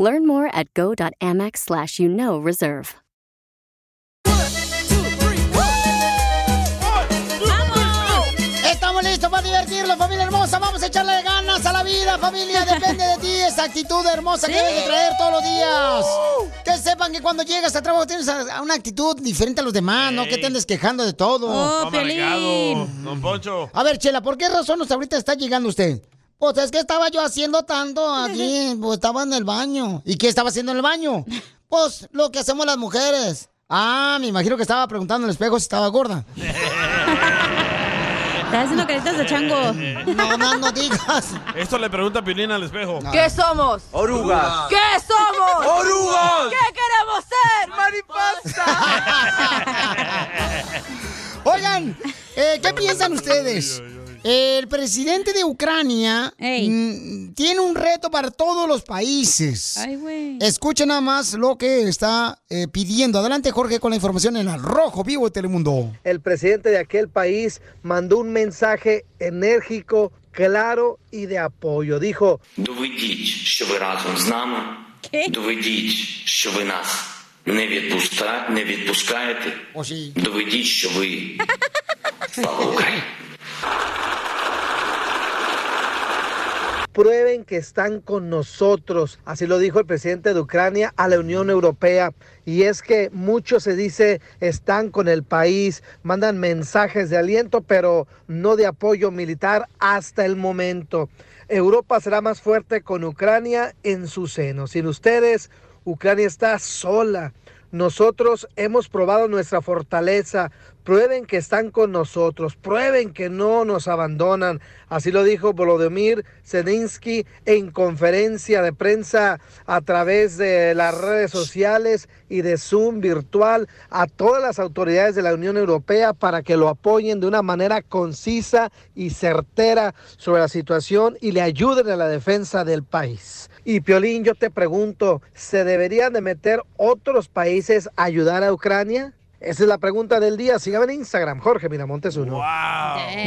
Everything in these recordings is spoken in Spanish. Learn more at go.amex slash you know reserve. Estamos listos para divertirlo, familia hermosa. Vamos a echarle ganas a la vida, familia. Depende de ti esa actitud hermosa que Sí. debes de traer todos los días. Que sepan que cuando llegas a trabajo tienes a- a una actitud diferente a los demás, ¿no? Que te andes quejando de todo. Oh, amargado, don Poncho. A ver, Chela, ¿por qué razón hasta ahorita está llegando usted? Pues es que estaba yo haciendo tanto aquí, pues estaba en el baño. ¿Y qué estaba haciendo en el baño? Pues lo que hacemos las mujeres. Ah, me imagino que estaba preguntando en el espejo si estaba gorda. Estás haciendo caritas de chango. No, no, no digas. Esto le pregunta Piolín al espejo. ¿Qué somos? Orugas. ¿Qué somos? Orugas. ¿Qué queremos ser? Mariposa. Oigan, eh, ¿qué piensan ustedes? El presidente de Ucrania mm, tiene un reto para todos los países. Ay, güey. Escuchen nada más lo que está eh, pidiendo. Adelante, Jorge, con la información en el Rojo Vivo de Telemundo. el presidente de aquel país mandó un mensaje enérgico, claro y de apoyo. Dijo, Доведіть, що ви разом з нами. Доведіть, що ви нас не, відпуста... не відпускаєте. Доведіть, що ви prueben que están con nosotros. Así lo dijo el presidente de Ucrania a la Unión Europea. Y es que mucho se dice están con el país, mandan mensajes de aliento, pero no de apoyo militar hasta el momento. Europa será más fuerte con Ucrania en su seno. Sin ustedes, Ucrania está sola. Nosotros hemos probado nuestra fortaleza. Prueben que están con nosotros. Prueben que no nos abandonan. Así lo dijo Volodymyr Zelensky en conferencia de prensa a través de las redes sociales y de Zoom virtual a todas las autoridades de la Unión Europea para que lo apoyen de una manera concisa y certera sobre la situación y le ayuden a la defensa del país. Y Piolín, yo te pregunto, ¿se deberían de meter otros países a ayudar a Ucrania? Esa es la pregunta del día. Sígame en Instagram, Jorge Miramontes uno.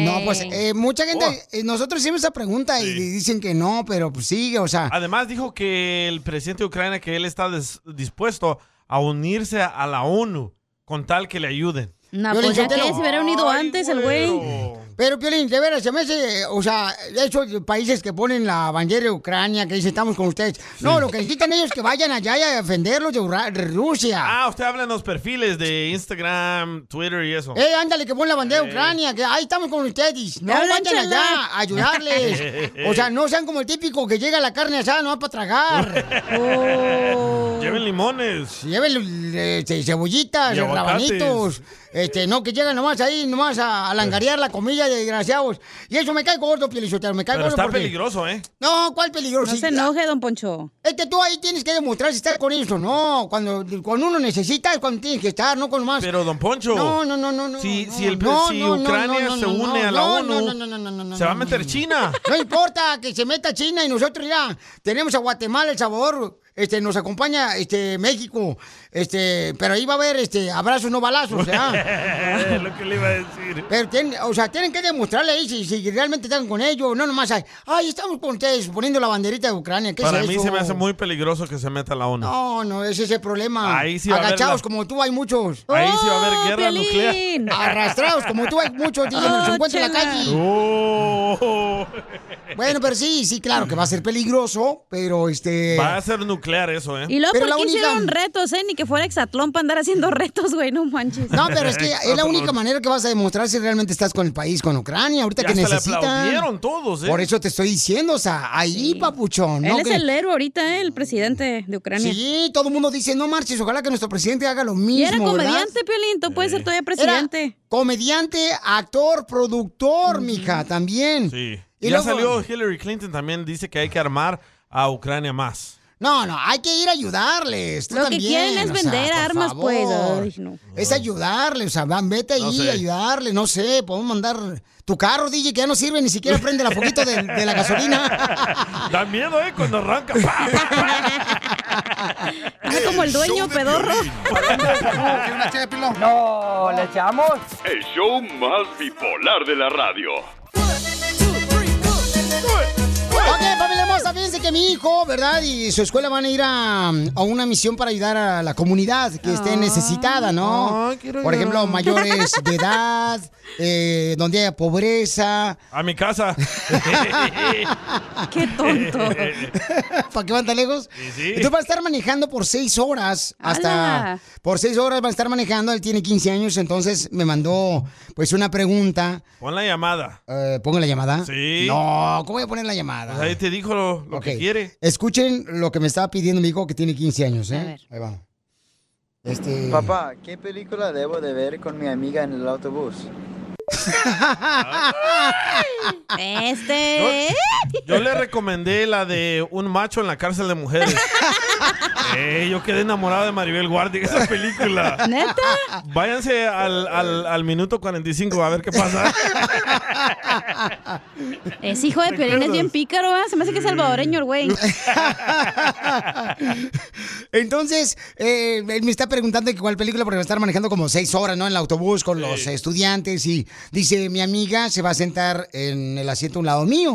No, pues eh, mucha gente, eh, nosotros hicimos esa pregunta y dicen que no, pero pues sigue, o sea. Además dijo que el presidente de Ucrania que él está des- dispuesto a unirse a la ONU con tal que le ayuden. No, Piolín, pues ya que Sotelo. se hubiera unido antes el güey. Pero, Piolín, de veras, se me hace, eh, o sea, esos países que ponen la bandera de Ucrania, que dicen estamos con ustedes. No, lo que necesitan ellos es que vayan allá y a defenderlos de Ura- de Rusia. Ah, usted habla en los perfiles de Instagram, Twitter y eso. Eh, ándale, que pon la bandera de Eh. Ucrania, que ahí estamos con ustedes. No hablan, vayan chela? allá a ayudarles. O sea, no sean como el típico que llega la carne asada, no va para tragar. Lleven limones. Lleven este, cebollitas, Y aguacates. rabanitos. Este, no, que llegan nomás ahí, nomás a, a langarear la comida, desgraciados. Y eso me cae gordo, Pielizotero, me cae Pero gordo. está porque- peligroso, ¿eh? No, ¿cuál peligroso? No se enoje, don Poncho. Es que tú ahí tienes que demostrar si estás con eso, no. Cuando, cuando uno necesita es cuando tienes que estar, no con más. Pero, don Poncho, No, no, no, no. no, si, no, si, el, no, si no, no, Ucrania no, no, se no, une no, a la no, ONU, no, no, no, no, no, no, se va a no, meter no, no. China. No importa que se meta China y nosotros ya tenemos a Guatemala, El Salvador, este, nos acompaña este, México, este, pero ahí va a haber este, abrazos, no balazos, ¿ya? lo que le iba a decir. Pero tienen, o sea, tienen que demostrarle ahí si, si realmente están con ellos, no nomás ay, ay, estamos con ustedes poniendo la banderita de Ucrania, ¿qué Para es mí eso? se me hace muy peligroso que se meta la ONU. No, no, ese es el problema. Ahí sí va a haber Agachados la- como tú hay muchos. Ahí sí va a haber guerra Piolín! nuclear. Arrastrados como tú hay muchos, DJ, nos Oh, encuentra en la chela. calle. Oh. Bueno, pero sí, sí, claro que va a ser peligroso, pero este... Va a ser nuclear eso, ¿eh? Y luego, Pero ¿por la qué única- hicieron retos, eh? Ni que fuera exatlón para andar haciendo retos, güey, no manches. No, pero es que es la única manera que vas a demostrar si realmente estás con el país, con Ucrania, ahorita Y que hasta le necesitan. aplaudieron todos, ¿eh? Por eso te estoy diciendo, o sea, ahí, papuchón. Él ¿no? es que- el héroe ahorita, eh, el presidente de Ucrania. Sí, todo el mundo dice, no marches, ojalá que nuestro presidente haga lo mismo. Y era ¿verdad? comediante, Piolín, tú puedes ser todavía presidente. Era comediante, actor, productor, mija, también. Sí. Y ya luego- salió Hillary Clinton también, dice que hay que armar a Ucrania más. No, no, hay que ir a ayudarles. tú Lo que también, quieren es o sea, vender por armas, favor. pues. Ay, no. Es ayudarles, o sea, van, vete No ahí, sé. ayudarle, no sé, podemos mandar tu carro, DJ, que ya no sirve, ni siquiera prende la poquito de, de la gasolina. Da miedo, ¿eh? Cuando arranca. ¡pa! Habla Ah, como el dueño pedorro. No, ¿le echamos? El show más bipolar de la radio. Ok, familia hermosa, fíjense que mi hijo, ¿verdad? Y su escuela van a ir a, a una misión para ayudar a la comunidad que esté necesitada, ¿no? ay, quiero Por ejemplo, llorar. mayores de edad, eh, donde haya pobreza. A mi casa. Qué tonto. ¿Para qué van tan lejos? Y sí. Entonces va a estar manejando por seis horas hasta... ¡Hala! Por seis horas va a estar manejando, él tiene 15 años, entonces me mandó pues una pregunta. Pon la llamada. Eh, ¿Pongo la llamada? Sí. No, ¿cómo voy a poner la llamada? Pues ahí te dijo lo, lo Ok. que quiere. Escuchen lo que me estaba pidiendo mi hijo que tiene 15 años, ¿eh? A ver. Ahí va. Este... Papá, ¿qué película debo de ver con mi amiga en el autobús? Este. Yo le recomendé la de un macho en la cárcel de mujeres. Eh, yo quedé enamorado de Maribel Guardia en esa película. Neta. Váyanse al, al- al minuto 45 a ver qué pasa. Es hijo de Piolín, es bien pícaro, ¿eh? Se me hace que es salvadoreño el güey. Entonces, eh, él me está preguntando que cuál película, porque va a estar manejando como seis horas, ¿no? En el autobús con los estudiantes y dice, mi amiga se va a sentar en el asiento a un lado mío.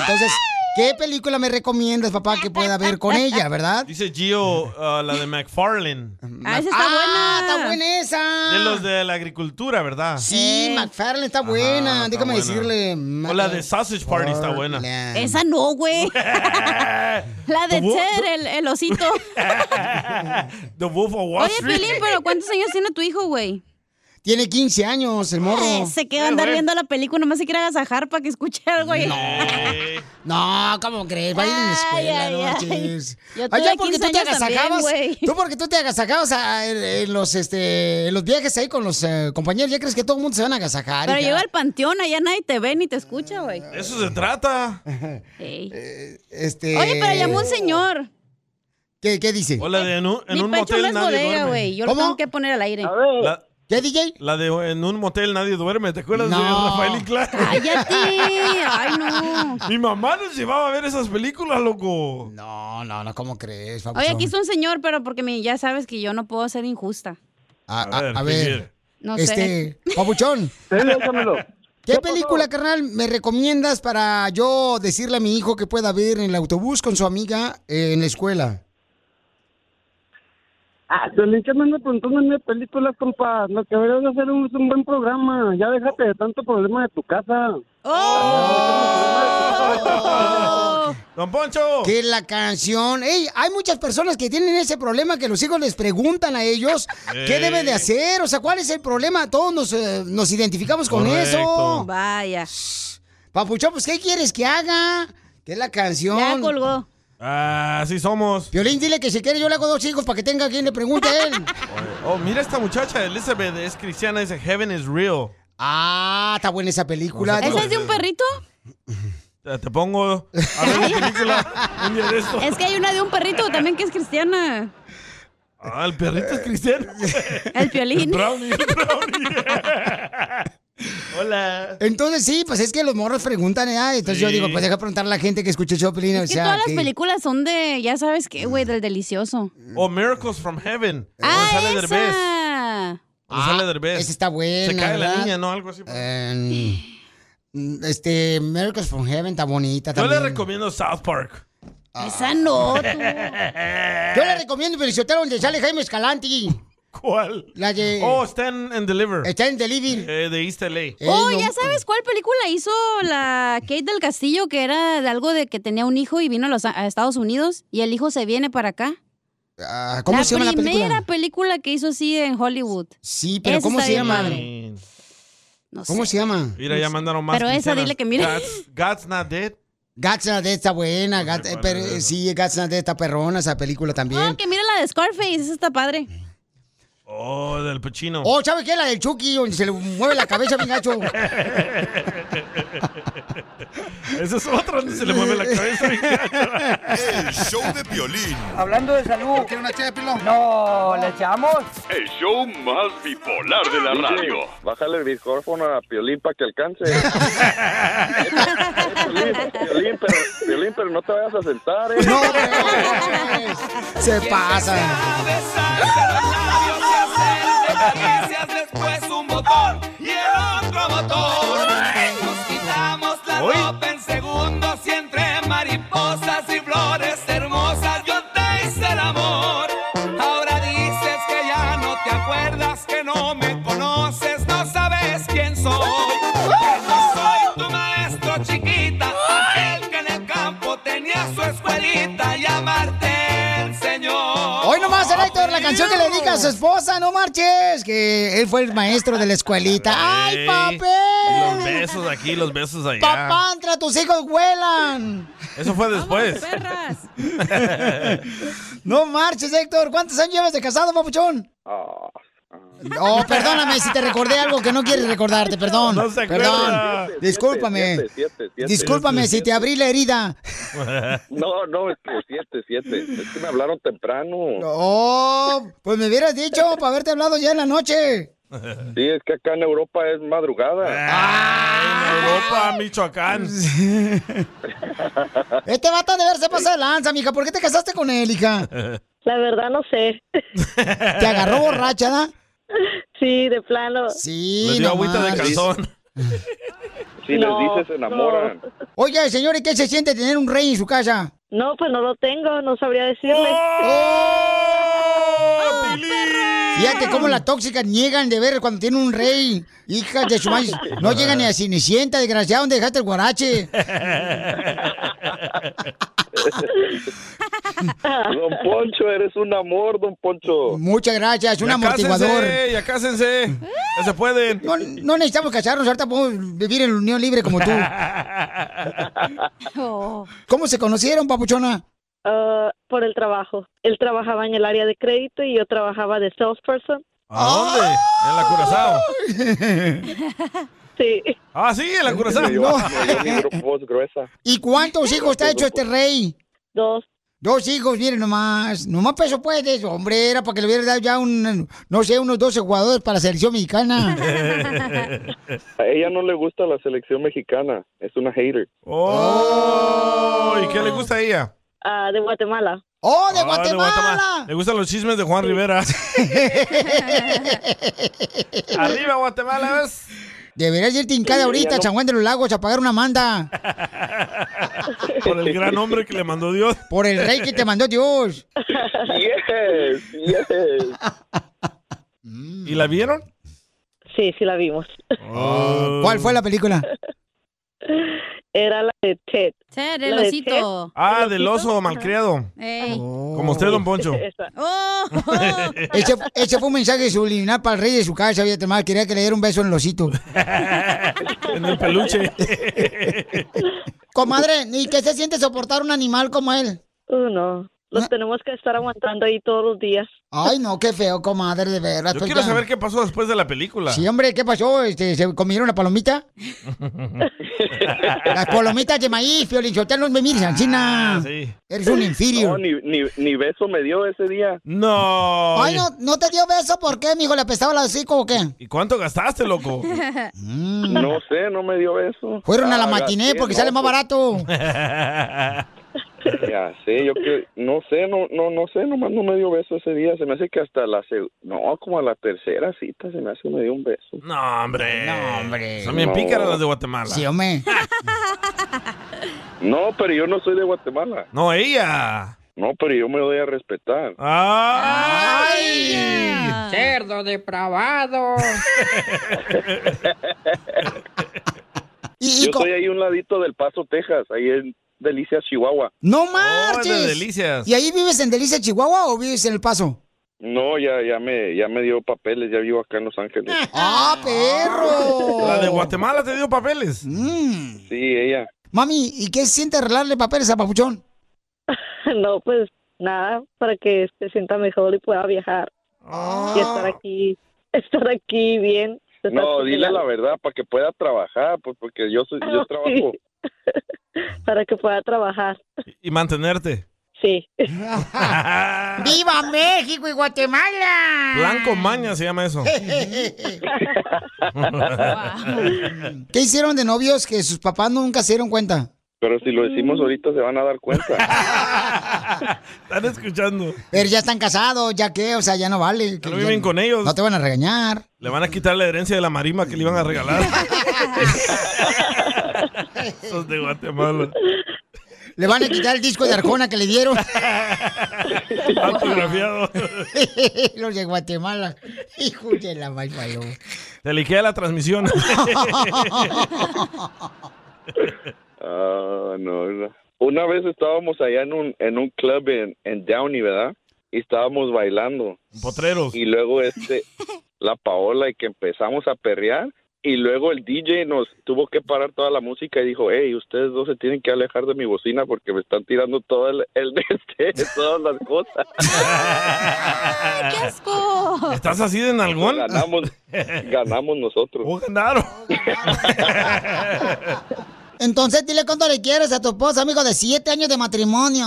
Entonces, ¿qué película me recomiendas, papá, que pueda ver con ella, verdad? Dice Gio, uh, la de McFarlane. Ah, esa está ah, buena. está buena esa. De los de la agricultura, ¿verdad? Sí, Eh. McFarlane está buena. buena, está Déjame buena. decirle. O la de Sausage Party está buena. Portland. Esa no, güey. La de ¿Tuvo? Cher, el, el osito. The Wolf of Wall Oye, Street. Piolín, pero ¿cuántos años tiene tu hijo, güey? Eh, Tiene 15 años el morro. Se queda andar viendo la película, nomás se quiere agasajar para que escuche algo ahí. Eh, No, ¿cómo crees? Va a ir a la escuela, Ay, no ay, ay. manches. Yo Ay, tuve porque 15 tú te años también, agasajabas. güey. tú porque tú te agasajabas a- en, en los este en los viajes ahí con los eh, compañeros, ya crees que todo el mundo se van a agasajar. Pero hija? llega al panteón, allá nadie te ve ni te escucha, güey. de eso se trata. Ey. este Oye, pero llamó un señor. ¿Qué, qué dice? O la de en un, en Mi un pecho no motel es nadie bodega, duerme. güey. Yo lo ¿Cómo? tengo que poner al aire. La, ¿Qué DJ? la de en un motel nadie duerme. ¿Te acuerdas de No. Rafael Inclán? ¡Cállate! ¡Ay, no! Mi mamá nos llevaba a ver esas películas, loco. No, no, no, ¿cómo crees? Oye, babuchón? aquí está un señor, pero porque mi- ya sabes que yo no puedo ser injusta. A, a- a ¿qué ver, quiere? No sé. este, papuchón, ¿qué película, carnal, me recomiendas para yo decirle a mi hijo que pueda ver en el autobús con su amiga eh, en la escuela? Ah, Piolín, que me ando preguntando en películas, compa. Lo que deberías de hacer es un buen programa. Ya déjate de tanto problema de tu casa. ¡Oh! Don Poncho. Que la canción. Ey, hay muchas personas que tienen ese problema que los hijos les preguntan a ellos qué Ey. deben de hacer. O sea, ¿cuál es el problema? Todos nos, eh, nos identificamos con eso. Correcto. Vaya. Papuchón, pues, ¿qué quieres que haga? Que la canción. Ya colgó. Ah, así somos. Violín, dile que si quiere yo le hago dos hijos para que tenga quien le pregunte a él. Oh, mira esta muchacha, Elizabeth, es cristiana, dice Heaven is real. ah, está buena esa película. No sé Digo, ¿Ese es de un perrito? Te te pongo a ver la película un día de esto. Es que hay una de un perrito también que es cristiana. Ah, el perrito es cristiano. El piolín. Brownie, brownie. Hola. Entonces sí, pues es que los morros preguntan, ¿eh? entonces yo Sí. digo, pues deja preguntar a la gente que escuche Choplin. o Es que sea, todas las que- películas son de, ya sabes qué, güey, del delicioso. O Miracles from Heaven. donde ¡Ah, sale Derbez. esa! Donde Ah, sale Derbez. esa está buena, Se cae la ¿verdad? niña, ¿no? Algo así. pues. Eh, mm, este, Miracles from Heaven está Ah. bonita Yo también. le recomiendo South Park. Eh, Esa no, tú. Yo le recomiendo Felicitero donde sale Jaime Escalante. ¿Cuál? La de... Oh, Stand and Deliver. Está en Delivery. eh, de East LA. Ey, Oh, no- ya sabes cuál película hizo la Kate del Castillo, que era de algo de que tenía un hijo y vino a, los, a Estados Unidos y el hijo se viene para acá. Ah, ¿Cómo la se llama la primera película? película que hizo así en Hollywood. Sí, pero Esa ¿cómo está se bien llama? madre. No ¿Cómo sé. se llama? Mira, ya mandaron más. Pero esa, cristianas. dile que mire. God's, God's Not Dead. Gatsna de esta buena, No sé Gats- eh, cuál pero, es eh, esa. sí, Gatsna de esta perrona, esa película Ah, también. que mira la de Scarface, esa está padre. Oh, del Pacino. Oh, ¿sabes qué? La del Chucky, donde se le mueve la cabeza, bien gacho. Ese es otro donde se le mueve la cabeza. El show de violín. Hablando de salud. ¿Quiere una ché, Pilón? No, ¿le echamos? El show más bipolar de la radio. Bájale el micrófono a Piolín para que alcance. Eh, Piolín, Piolín, pero, Piolín, pero no te vayas a sentar, ¿eh? Se pasa. Caricias después un botón y el otro botón. Nos quitamos la ropa en segundos y entre mariposas y flores hermosas yo te hice el amor. Ahora dices que ya no te acuerdas, que no me conoces, no sabes quién soy. Que no soy tu maestro chiquita, aquel que en el campo tenía su escuelita y amarte el Señor. Hoy nomás el Héctor, la canción que le dedica a su esposa, no marches, que él fue el maestro de la escuelita. ¡Ay, Ey, Los papel! besos aquí, los besos allá. ¡Papá, entra, tus hijos vuelan! Eso fue después. No marches, Héctor. ¿Cuántos años llevas de casado, papuchón? Ah. Oh, perdóname si te recordé algo que no quieres recordarte, perdón. No se acuerda. perdón. Siete, Discúlpame. siete, siete, siete. Discúlpame si te abrí la herida. No, no, es que siete, siete. Es que me hablaron temprano. Oh, pues me hubieras dicho para haberte hablado ya en la noche. Sí, es que acá en Europa es madrugada. Ah. Europa, Michoacán. Este vato de verse pasa de lanza, mija. ¿Por qué te casaste con él, hija? La verdad no sé. ¿Te agarró borracha, da? Sí, de plano. Sí. Le no dio agüita de marches. calzón. Si les dices, se enamoran. Oiga, señor, ¿y qué se siente tener un rey en su casa? ¡Oh! No, pues no lo tengo, no sabría decirle. ¡Ah, ¡Oh, Fíjate cómo las tóxicas niegan de ver cuando tienen un rey. Hijas de su maíz. No llegan ni a Cinecienta, desgraciado. ¿Dónde dejaste el guarache? Don Poncho, eres un amor, don Poncho. Muchas gracias, un Ya amortiguador. cásense, ya cásense. Ya se pueden. No, no necesitamos casarnos, ahorita podemos vivir en la unión libre como tú. ¿Cómo se conocieron, papuchona? Ah, por el trabajo. Él trabajaba en el área de crédito y yo trabajaba de salesperson. ¿A dónde? En la Curazao. Sí. Ah, sí, en la Curazao. Me dio- me dio mi gru- voz gruesa. ¿Y cuántos hijos pues, te ha hecho este rey? Dos. Dos hijos, miren nomás. Nomás peso puedes, hombre. Era para que le hubiera dado ya un, no sé, unos 12 jugadores para la selección mexicana. A ella no le gusta la selección mexicana, es una hater. Oh, ¿y qué le gusta a ella? Ah, de Guatemala. ¡Oh, Ah, de Guatemala. Le gustan los chismes de Juan Rivera. Arriba, Guatemala. ¿ves? Deberías irte hincada Sí, ahorita ya a no- San Juan de los Lagos a pagar una manda Por el gran hombre que le mandó Dios. por el rey que te mandó Dios. Yes, yes. ¿Y la vieron? Sí, sí la vimos. Oh. ¿Cuál fue la película? Era la de Ted. Ted, La el de osito. Eh. Ted. Ah, del osito? oso malcriado. Ey. Como usted, don Poncho. Esa. Oh, Ese, ese fue un mensaje subliminal para el rey de su casa, había más Quería que le diera un beso en el osito. en el peluche. Comadre, ¿y qué se siente soportar un animal como él? Uno. Uh, ¿Ah? Los tenemos que estar aguantando ahí todos los días. Ay, no, qué feo, comadre, de veras. Yo pues quiero ya. saber qué pasó después de la película. Sí, hombre, ¿qué pasó? Este, ¿Se comieron la palomita? Las palomitas de maíz, Piolichotelo, no me Ah, miras, Ancina. Sí. Ah, Eres un inferior. No, ni, ni, ni beso me dio ese día. No. Ay, no, ¿no te dio beso? ¿Por qué, mijo? ¿Le apestaba la hocico o qué? ¿Y cuánto gastaste, loco? No sé, no me dio beso. Mm. Fueron a la Ah, matiné gasté, porque no, sale más pues, barato. Ya sé, yo que no sé, no, no, no sé, nomás no me dio beso ese día. Se me hace que hasta la seg- no, como a la tercera cita se me hace que me dio un beso. No, hombre. No, hombre. Son bien No. pícaras las de Guatemala. Sí, hombre. No, pero yo no soy de Guatemala. No, ella. Ah. No, pero yo me voy a respetar. ¡Ay! Cerdo depravado. yo estoy ahí un ladito del Paso, Texas, ahí en Delicias, Chihuahua. Oh, ¡No marches! de Delicias. ¿Y ahí vives en Delicias, Chihuahua o vives en El Paso? No, ya, ya me, ya me dio papeles, ya vivo acá en Los Ángeles. ¡Ah, perro! Mm. La de Guatemala te dio papeles. Sí, ella. Mami, ¿y qué se siente arreglarle papeles a Papuchón? No, pues nada, para que Ah. se sienta mejor y pueda viajar. Y estar aquí, estar aquí bien. te estás No, dile cocinando. la verdad para que pueda trabajar, pues porque yo, soy- Ah, yo trabajo. Para que pueda trabajar. Y mantenerte. Sí. ¡Viva México y Guatemala! Blanco Maña se llama eso. ¿Qué hicieron de novios que sus papás nunca se dieron cuenta? Pero si lo decimos ahorita se van a dar cuenta. Están escuchando. Pero ya están casados, ya que, o sea, ya no vale. que No ya- viven con ellos. No te van a regañar. Le van a quitar la herencia de la marima que le iban a regalar. Esos de Guatemala. Le van a quitar el disco de Arjona que le dieron. Autografiado. Los de Guatemala. Hijo de la mal palo. Te liquea la transmisión. Ah, no, no. Una vez estábamos allá en un, en un club en, en Downey, ¿verdad? Y estábamos bailando. Potreros. Y luego este, la Paola, y que empezamos a perrear. Y luego el DJ nos tuvo que parar toda la música y dijo, hey, ustedes dos se tienen que alejar de mi bocina porque me están tirando todo el, el este, todas las cosas. ¿Estás así de nalgón? Ganamos, ganamos nosotros. ganaron. Entonces dile cuánto le quieres a tu esposa, amigo, de siete años de matrimonio.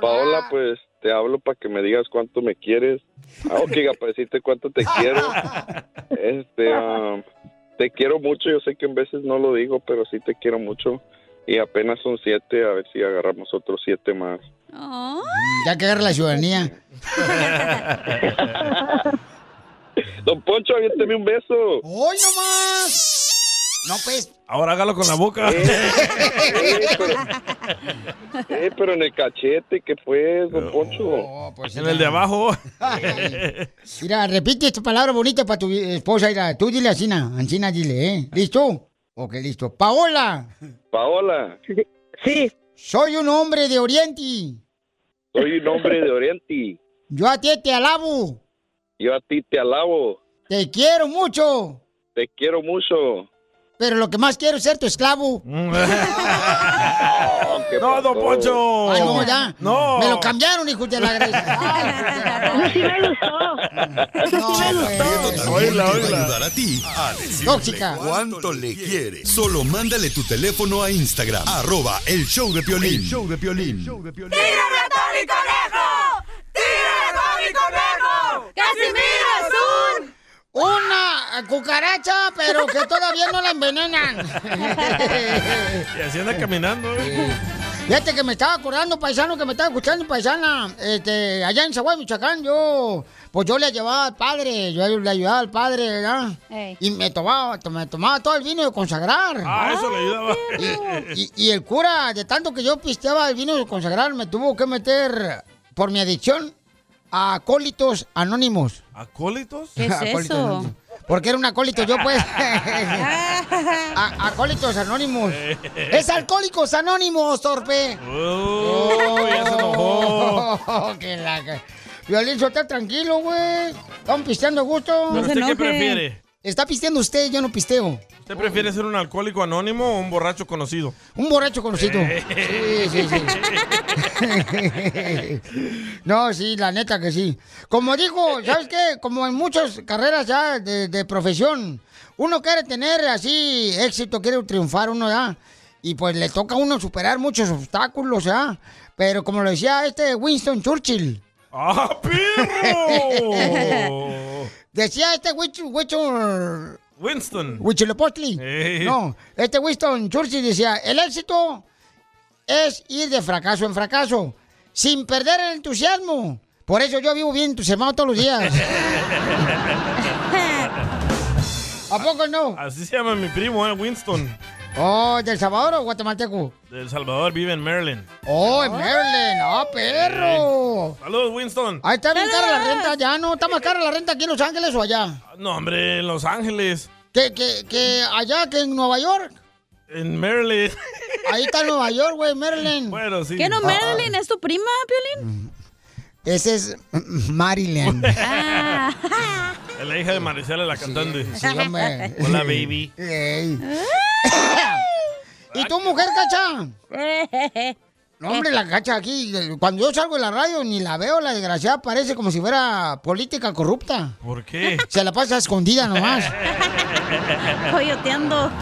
Paola, pues te hablo para que me digas cuánto me quieres. Ah, ok, para decirte cuánto te quiero. Este, am, te quiero mucho. Yo sé que en veces no lo digo, pero sí te quiero mucho. Y apenas son siete, a ver si agarramos otros siete más. ya que agarra la ciudadanía. Don Poncho, aviénteme un beso. ¡Hoy nomás! No, pues. Ahora hágalo con la boca. Eh, pero en el cachete, ¿qué fue, Don Poncho? pues en el de abajo. Mira, repite esta palabra bonita para tu esposa. Mira, tú dile a China. Ancina dile, ¿eh? ¿Listo? Ok, listo. Paola. Paola, Sí. Soy un hombre de Oriente. soy un hombre de Oriente. Yo a ti te alabo. Yo a ti te alabo. Te quiero mucho. Te quiero mucho. Pero lo que más quiero es ser tu esclavo. ¿Qué No, don pasó? Poncho. Ay, Ah, no, ya. No. Me lo cambiaron, hijo de la gran- Sí me gustó. Oíla, oíla. ayudar a ti a decirle Tóxica. cuánto le quiere. Solo mándale tu teléfono a Instagram, arroba el show de Piolín. show de Piolín. ratón y conejo! ¡Tira ratón y conejo! ¡Casimiro ¡Casimiro es un- Una cucaracha, pero que todavía no la envenenan. Y así anda caminando. ¿eh? Fíjate que me estaba acordando, paisano, que me estaba escuchando, paisana. Este, allá en Zaguay, Michoacán, yo, pues yo le ayudaba al padre, yo le ayudaba al padre, ¿verdad? Ey. Y me tomaba, to- me tomaba todo el vino de consagrar. Ah, eso le ayudaba. Y, y el cura, de tanto que yo pisteaba el vino de consagrar, me tuvo que meter, por mi adicción, a acólitos anónimos. ¿Acólitos? Acólitos anónimos. Porque era un acólito, yo pues. A- acólitos anónimos. Es alcohólicos anónimos, torpe. Oh, ya se enojó. que la... ca- Violín, está tranquilo, güey. Estamos pisteando a gusto. ¿Pero No se usted qué enoje. prefiere? Está pisteando usted, yo no pisteo. ¿Usted prefiere ser un alcohólico anónimo o un borracho conocido? Un borracho conocido. Eh. Sí, sí, sí. no, sí, la neta que sí. Como dijo, ¿sabes qué? Como en muchas carreras ya de, de profesión, uno quiere tener así éxito, quiere triunfar uno ya. Y pues le toca a uno superar muchos obstáculos, ¿ya? Pero como lo decía este Winston Churchill. ¡Ah, perro! decía este Winston... Winston Winston. Huitzilopochtli. Eh. No, este Winston Churchill decía, el éxito es ir de fracaso en fracaso, sin perder el entusiasmo. Por eso yo vivo bien entusiasmado todos los días. ¿A poco no? Así se llama mi primo, eh, Winston. Oh, ¿del Salvador o guatemalteco? De El Salvador, vive en Maryland. Oh, en Maryland. ¡Ah, perro! Saludos, Winston. Ahí está bien cara la renta allá, ¿no? ¿Está más cara la renta aquí en Los Ángeles o allá? No, hombre, en Los Ángeles. ¿Que, que, que allá, que en Nueva York? En Maryland. Ahí está Nueva York, güey, Maryland. Bueno, sí. ¿Qué no, Ah, Marilyn? ¿Es tu prima, Piolín? Ese es Maryland. Ah, Es la hija de Marisela, la cantante. sí, hombre. Hola, baby. Ah. Ey. ¿Y tu mujer, cacha? No, hombre, la cacha aquí. Cuando yo salgo en la radio ni la veo, la desgraciada parece como si fuera política corrupta. ¿Por qué? Se la pasa escondida nomás. Coyoteando.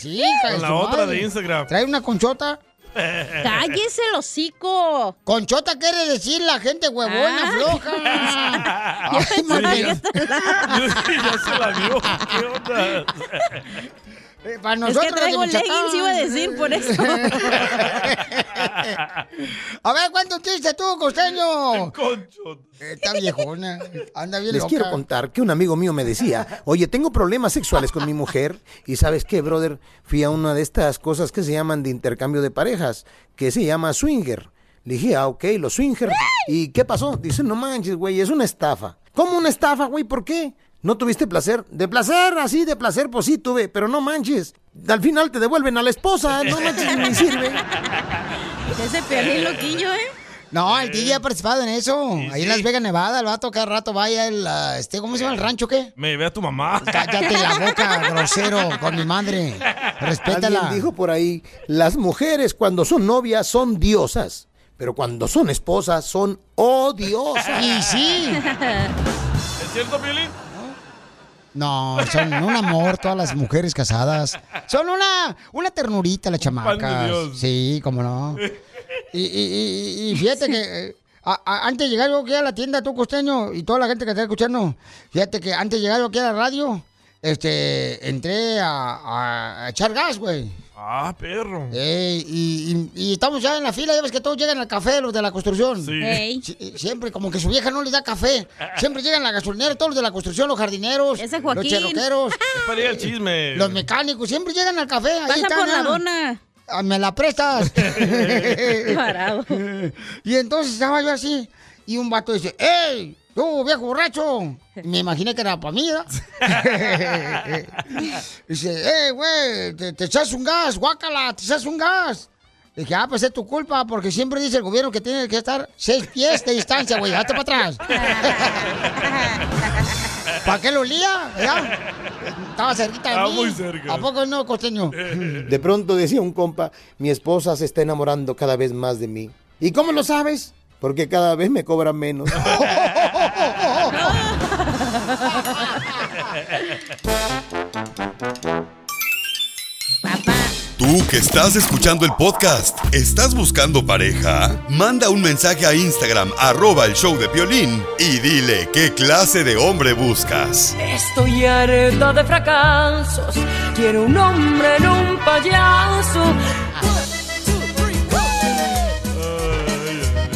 Sí, hija de Con la su otra madre. de Instagram. Trae una conchota. ¡Cállese el hocico! Conchota quiere decir la gente huevona, Ah. floja. Ay, Martín. ya se la vio. ¿Qué onda? Eh, Para Es nosotros que los de traigo Michoacán. leggings, iba a decir, por eso. A ver, ¿cuánto tuviste tú, costeño? Está viejona. Anda bien Les loca. quiero contar que un amigo mío me decía, oye, tengo problemas sexuales con mi mujer y sabes qué, brother, fui a una de estas cosas que se llaman de intercambio de parejas, que se llama swinger. Le dije, ah, ok, los swinger. ¿Y qué pasó? Dice, no manches, güey, es una estafa. ¿Cómo una estafa, güey? ¿Por qué? ¿No tuviste placer? De placer, así, de placer, pues sí tuve, pero no manches. Al final te devuelven a la esposa, no manches, ni sirve. Ese Piolín loquillo, ¿eh? No, el DJ ha participado en eso. Ahí en Las Vegas, Nevada, el vato cada rato vaya el, ah, este, ¿cómo se llama el rancho qué? Me ve a tu mamá. Cállate la boca, grosero, con mi madre. Respétala. Alguien dijo por ahí, las mujeres cuando son novias son diosas, pero cuando son esposas son odiosas. Y sí. ¿Es cierto, Piolín? No, son un amor todas las mujeres casadas. Son una, una ternurita las pan de chamacas. Dios. Sí, cómo no. Y, y- y- y- y fíjate que eh, a- a- antes de llegar yo aquí a la tienda, tú costeño, y toda la gente que está escuchando, fíjate que antes de llegar yo aquí a la radio, este, entré a, a- a echar gas, güey. Ah, perro. Ey, y, y- y estamos ya en la fila, ya ves que todos llegan al café, los de la construcción. Ey. Sie- Siempre, como que su vieja no les da café. Siempre llegan a la gasolinera, todos los de la construcción, los jardineros, los Joaquín. cherroqueros, Es para ir al chisme. los mecánicos, siempre llegan al café. ahí Pasa están, por la ah. dona. Ah, Me la prestas. Parado. Y entonces estaba yo así, y un vato dice, ¡Ey! ¡Tú, viejo borracho! Me imaginé que era para mí, ¿verdad? Dice, eh, güey, te, te echas un gas, guácala, te echas un gas. Le dije, ah, pues es tu culpa, porque siempre dice el gobierno que tiene que estar seis pies de distancia, güey, hazte para atrás. ¿Para qué lo olía? ¿Verdad? Estaba cerquita de Estaba mí. muy cerca. ¿A poco no, costeño? De pronto decía un compa, mi esposa se está enamorando cada vez más de mí. ¿Y cómo lo sabes? Porque cada vez me cobra menos. Oh. Tú que estás escuchando el podcast, ¿estás buscando pareja? Manda un mensaje a Instagram, arroba el show de Piolín, y dile qué clase de hombre buscas. Estoy harta de fracasos. Quiero un hombre en un payaso.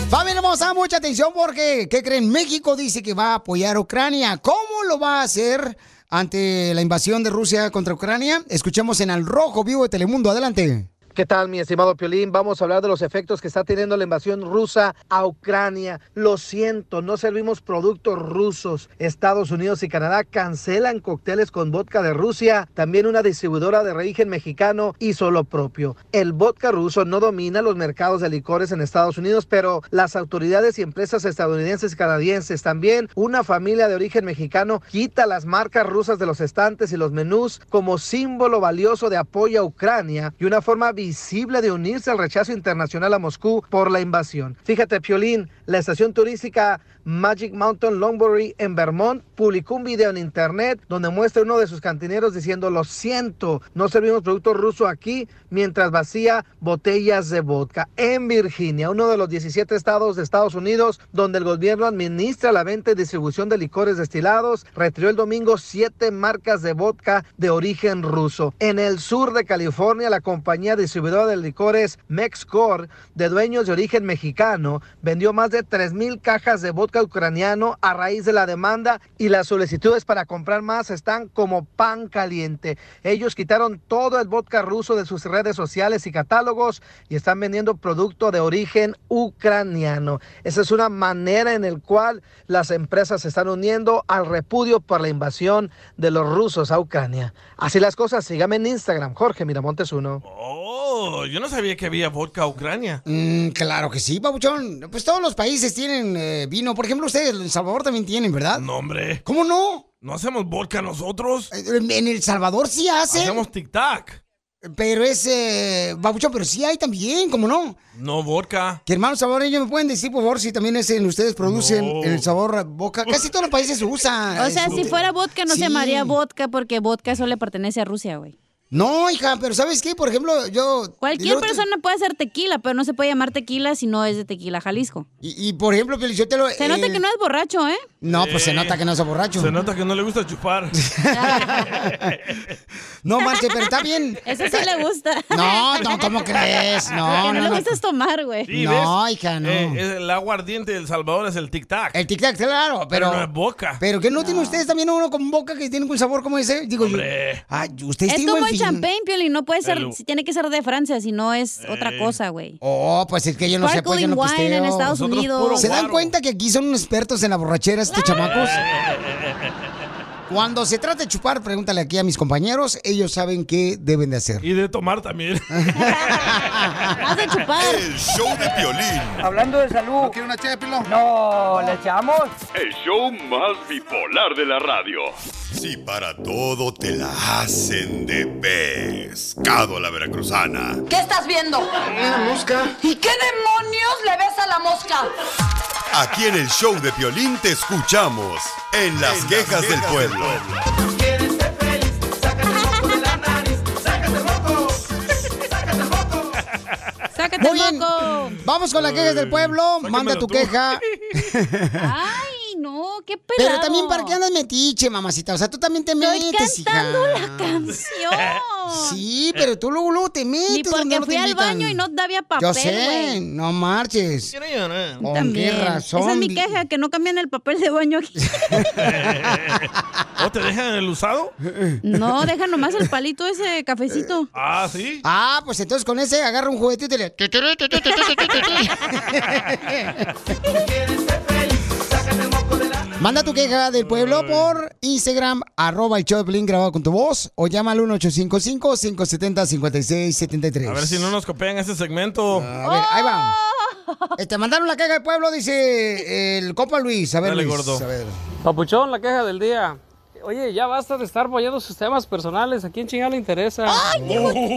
Familia hermosa, mucha atención porque, ¿qué creen? México dice que va a apoyar a Ucrania. ¿Cómo lo va a hacer ante la invasión de Rusia contra Ucrania? Escuchemos en Al Rojo Vivo de Telemundo. Adelante. ¿Qué tal, mi estimado Piolín? Vamos a hablar de los efectos que está teniendo la invasión rusa a Ucrania. Lo siento, no servimos productos rusos. Estados Unidos y Canadá cancelan cócteles con vodka de Rusia. También una distribuidora de origen mexicano hizo lo propio. El vodka ruso no domina los mercados de licores en Estados Unidos, pero las autoridades y empresas estadounidenses y canadienses también, una familia de origen mexicano quita las marcas rusas de los estantes y los menús como símbolo valioso de apoyo a Ucrania y una forma visible de unirse al rechazo internacional a Moscú por la invasión. Fíjate, Piolín, la estación turística Magic Mountain Longbury en Vermont publicó un video en internet donde muestra uno de sus cantineros diciendo, lo siento, no servimos producto ruso aquí mientras vacía botellas de vodka. En Virginia, uno de los 17 estados de Estados Unidos donde el gobierno administra la venta y distribución de licores destilados, retiró el domingo siete marcas de vodka de origen ruso. En el sur de California, la compañía distribuidora de licores Mexcor, de dueños de origen mexicano, vendió más de 3.000 cajas de vodka ucraniano a raíz de la demanda y las solicitudes para comprar más están como pan caliente. Ellos quitaron todo el vodka ruso de sus redes sociales y catálogos y están vendiendo producto de origen ucraniano. Esa es una manera en el cual las empresas se están uniendo al repudio por la invasión de los rusos a Ucrania. Así las cosas, sígame en Instagram, Jorge Miramontes 1. Oh, yo no sabía que había vodka Ucrania. Mm, claro que sí, babuchón. Pues todos los países tienen eh, vino. Por ejemplo, ustedes, El Salvador también tienen, ¿verdad? No, hombre. ¿Cómo no? Eh, ¿No hacemos vodka nosotros? En El Salvador sí hacen. Hacemos tic-tac. Pero es, eh, babuchón, pero sí hay también, ¿cómo no? No vodka. Que hermanos ellos ¿me pueden decir, por favor, si también es en ustedes producen No. el sabor boca? Casi todos los países se usa. O sea, este. si fuera vodka no Sí. se llamaría vodka porque vodka solo le pertenece a Rusia, güey. No, hija, pero ¿sabes qué? Por ejemplo, yo... Cualquier yo- persona puede hacer tequila, pero no se puede llamar tequila si no es de Tequila Jalisco. Y, y, por ejemplo, que yo te lo... Se nota que no es borracho, ¿eh? No, pues se nota que no es borracho. Se nota que no le gusta chupar. No, marche, pero está bien. Eso sí le gusta. No, no, ¿cómo crees? No, Porque no, no, le no. gusta es tomar, güey. Sí, No, ¿ves? hija, no. Eh, es el agua ardiente del Salvador es el tic-tac. El tic-tac, claro, pero... no es boca. Pero que no, tienen ustedes también uno con boca que tiene un sabor como ese. Digo, yo. Ay, ustedes Es tienen como buen el fin. champagne, Pioli, no puede ser, Hello. si tiene que ser de Francia, si no es Eh. otra cosa, güey. Oh, pues es que yo no sé, pues yo Sparkling no wine pisteo. en Estados Nosotros Unidos. puro ¿Se dan guaro. cuenta que aquí son unos expertos en la borrachera estos chamacos? Cuando se trata de chupar, pregúntale aquí a mis compañeros, ellos saben qué deben de hacer. Y de tomar también. El show de violín. Hablando de salud. ¿No quiere una ché de pilón? No, ¿le echamos? El show más bipolar de la radio. Si para todo te la hacen de pescado a la veracruzana. ¿Qué estás viendo? Una mosca. ¿Y qué demonios le ves a la mosca? Aquí en el show de Piolín te escuchamos en las quejas del pueblo. ¡Sácate Muy bien. Vamos con las quejas del pueblo. Manda tu queja. Ay, no, qué pelado. Pero también para qué andas metiche, mamacita. O sea, tú también te metes, hija. cantando la canción. Sí, pero tú luego, luego te metes. Ni donde porque no te fui al invitan. baño y no había papel, Yo sé, güey. no marches. ¿Con También. qué razón? Esa es mi di- queja, que no cambian el papel de baño aquí. ¿O te dejan el usado? No, deja nomás el palito ese cafecito. Ah, sí. Ah, pues entonces con ese agarra un juguete y te le... Manda tu queja del pueblo por Instagram, arroba el show de Piolín, grabado con tu voz, o llama al 1855-570-5673. A ver si no nos copian ese segmento. A ver, ahí va. Este, mandaron la queja del pueblo, dice el copa Luis. A ver, Dale, Luis, gordo. a ver. Papuchón, la queja del día. Oye, ya basta de estar apoyando sus temas personales. ¿A quién chingada le interesa?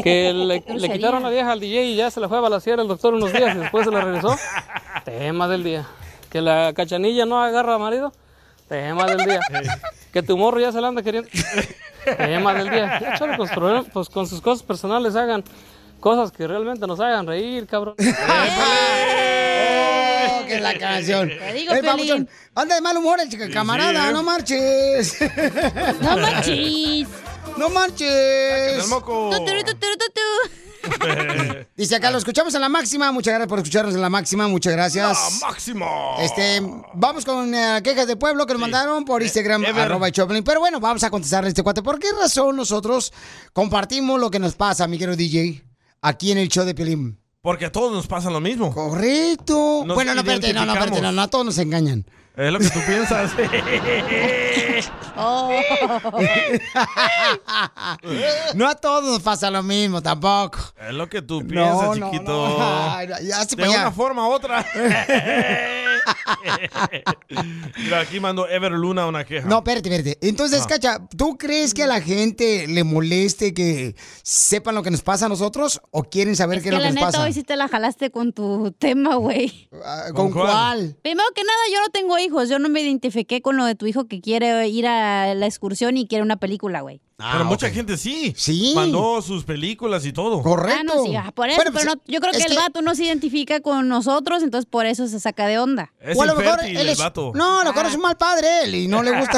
Que le, le Grosería. quitaron la vieja al DJ y ya se la fue a balasear el doctor unos días y después se la regresó. Tema del día. Que la cachanilla no agarra a marido. Tema del día. Que tu morro ya se la anda queriendo. Tema del día. Ya, chale, con sus problemas, pues con sus cosas personales hagan cosas que realmente nos hagan reír, cabrón. Oh, que la canción. Te digo, El Piolín. babuchón. Anda de mal humor el chica- camarada, sí, ¿eh? no marches. No marches. No marches. Dice acá, lo escuchamos en la máxima. Muchas gracias por escucharnos en la máxima. Muchas gracias. La máxima. Este, vamos con eh, quejas de pueblo que nos mandaron Eh, por Instagram, Ever. arroba el Choplin. Pero bueno, vamos a contestarle a este cuate. ¿Por qué razón nosotros compartimos lo que nos pasa, mi querido DJ, aquí en el show de Pelín? Porque a todos nos pasa lo mismo. Correcto. Nos bueno, no, espérate, no, no, espérate, no, identificamos. no, a todos nos engañan. Es lo que tú piensas. Oh. no a todos nos pasa lo mismo, tampoco. Eh. es lo que tú piensas, no, chiquito. no. Ay, ya, sí, De pa' allá. una forma u otra. Mira, aquí mando Ever Luna una queja. No, espérate, espérate. Entonces, Ah. Cacha, ¿tú crees que a la gente le moleste que sepan lo que nos pasa a nosotros o quieren saber qué Que es lo que la nos neta pasa? Ah, hoy sí te la jalaste con tu tema, güey. ¿Con cuál? Primero que nada, yo no tengo hijos. Yo no me identifiqué con lo de tu hijo que quiere ir a la excursión y quiere una película, güey. pero mucha gente sí. Ah, Sí. Mandó sus películas y todo. Ah, no, sí, ah, por eso, Bueno, pero pues, no- yo creo que es el que- vato no se identifica con nosotros, entonces por eso se saca de onda. Ah. Es O a lo mejor infértil él el es- vato. No, a lo mejor es un mal padre él y no le gusta.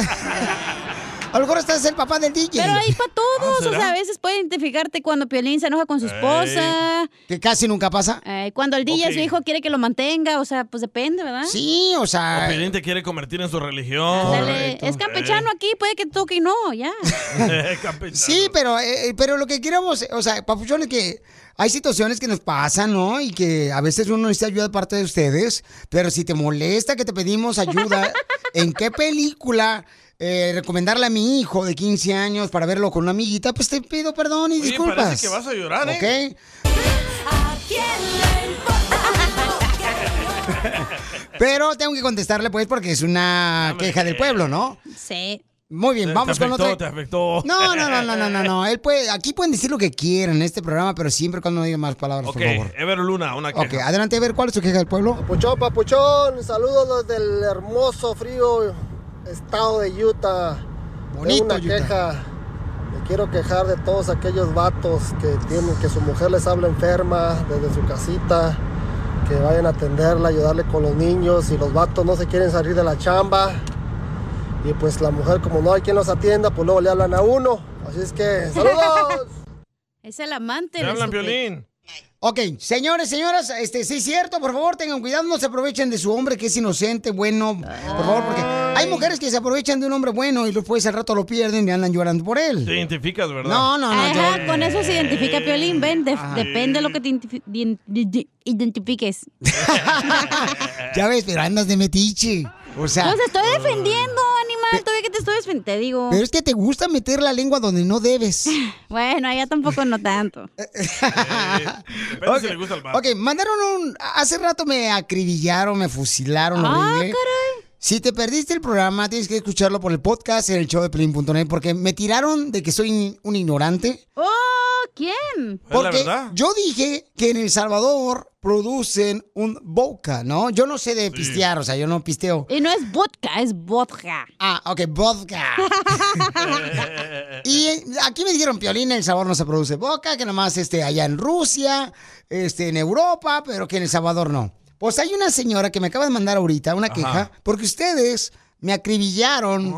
a lo mejor este es el papá del DJ. Pero ahí para todos, Ah, o sea, ¿será? a veces puede identificarte cuando Piolín se enoja con su Ey. esposa. Que casi nunca pasa. eh, cuando el DJ Ok. su hijo quiere que lo mantenga, o sea, pues depende, ¿verdad? Sí, o O sea. Pelín te quiere convertir en su religión. Dale, es campechano aquí, puede que toque y no, ya. Eh, campechano. Sí, pero, eh, eh, pero lo que queremos, o sea, papuchón, es que hay situaciones que nos pasan, ¿no? Y que a veces uno necesita ayuda de parte de ustedes, pero si te molesta que te pedimos ayuda, ¿en qué película eh, recomendarle a mi hijo de 15 años para verlo con una amiguita? Pues te pido perdón y Oye, disculpas. parece que vas a llorar, ¿eh? ¿Ok? Pero tengo que contestarle, pues, porque es una queja del pueblo, ¿no? Sí. Muy bien, Te- vamos te con afectó, otra. te afectó. No, no, no, no, no, no, no. Él puede, aquí pueden decir lo que quieran en este programa, pero siempre cuando no digan más palabras, Ok, por favor. Ever Luna, una queja. Ok, ah, adelante, a ver, ¿cuál es su queja del pueblo? Papuchón, papuchón, saludos desde el hermoso, frío estado de Utah. Bonito, Tengo una Utah. queja. Me quiero quejar de todos aquellos vatos que tienen que su mujer les habla enferma desde su casita, que vayan a atenderla, ayudarle con los niños y los vatos no se quieren salir de la chamba. Y pues la mujer como no hay quien los atienda, pues luego le hablan a uno. Así es que, saludos. Es el amante. Te de hablan, su- Piolín. Ok, señores, señoras, este, sí es cierto, por favor, tengan cuidado, no se aprovechen de su hombre que es inocente, bueno, por favor, porque hay mujeres que se aprovechan de un hombre bueno y después al rato lo pierden y andan llorando por él. Te identificas, ¿verdad? No, no, no, Ajá, yo- con eso se identifica Piolín, ven, de- Ay. depende de lo que te identifi- di- di- di- identifiques. Ya ves, pero andas de metiche. O sea, Los Pues estoy defendiendo, animal, todavía que te estoy defendiendo, te digo. pero es que te gusta meter la lengua donde no debes. Eh, Bueno, allá tampoco no tanto. Depende si le gusta el bar. Ok, mandaron un. Hace rato me acribillaron, me fusilaron Ah, horrible. Si te perdiste el programa, tienes que escucharlo por el podcast en el show de Pelín.net porque me tiraron de que soy un ignorante. ¡Oh! ¿Quién? Porque yo dije que en El Salvador producen un vodka, ¿no? Yo no sé de pistear, o sea, yo no pisteo. Y no es vodka, es vodka. Ah, ok, vodka. Y eh, aquí me dijeron, Piolín, en El Salvador no se produce vodka, que nomás este, allá en Rusia, este, en Europa, pero que en El Salvador no. Pues hay una señora que me acaba de mandar ahorita una queja, porque ustedes me acribillaron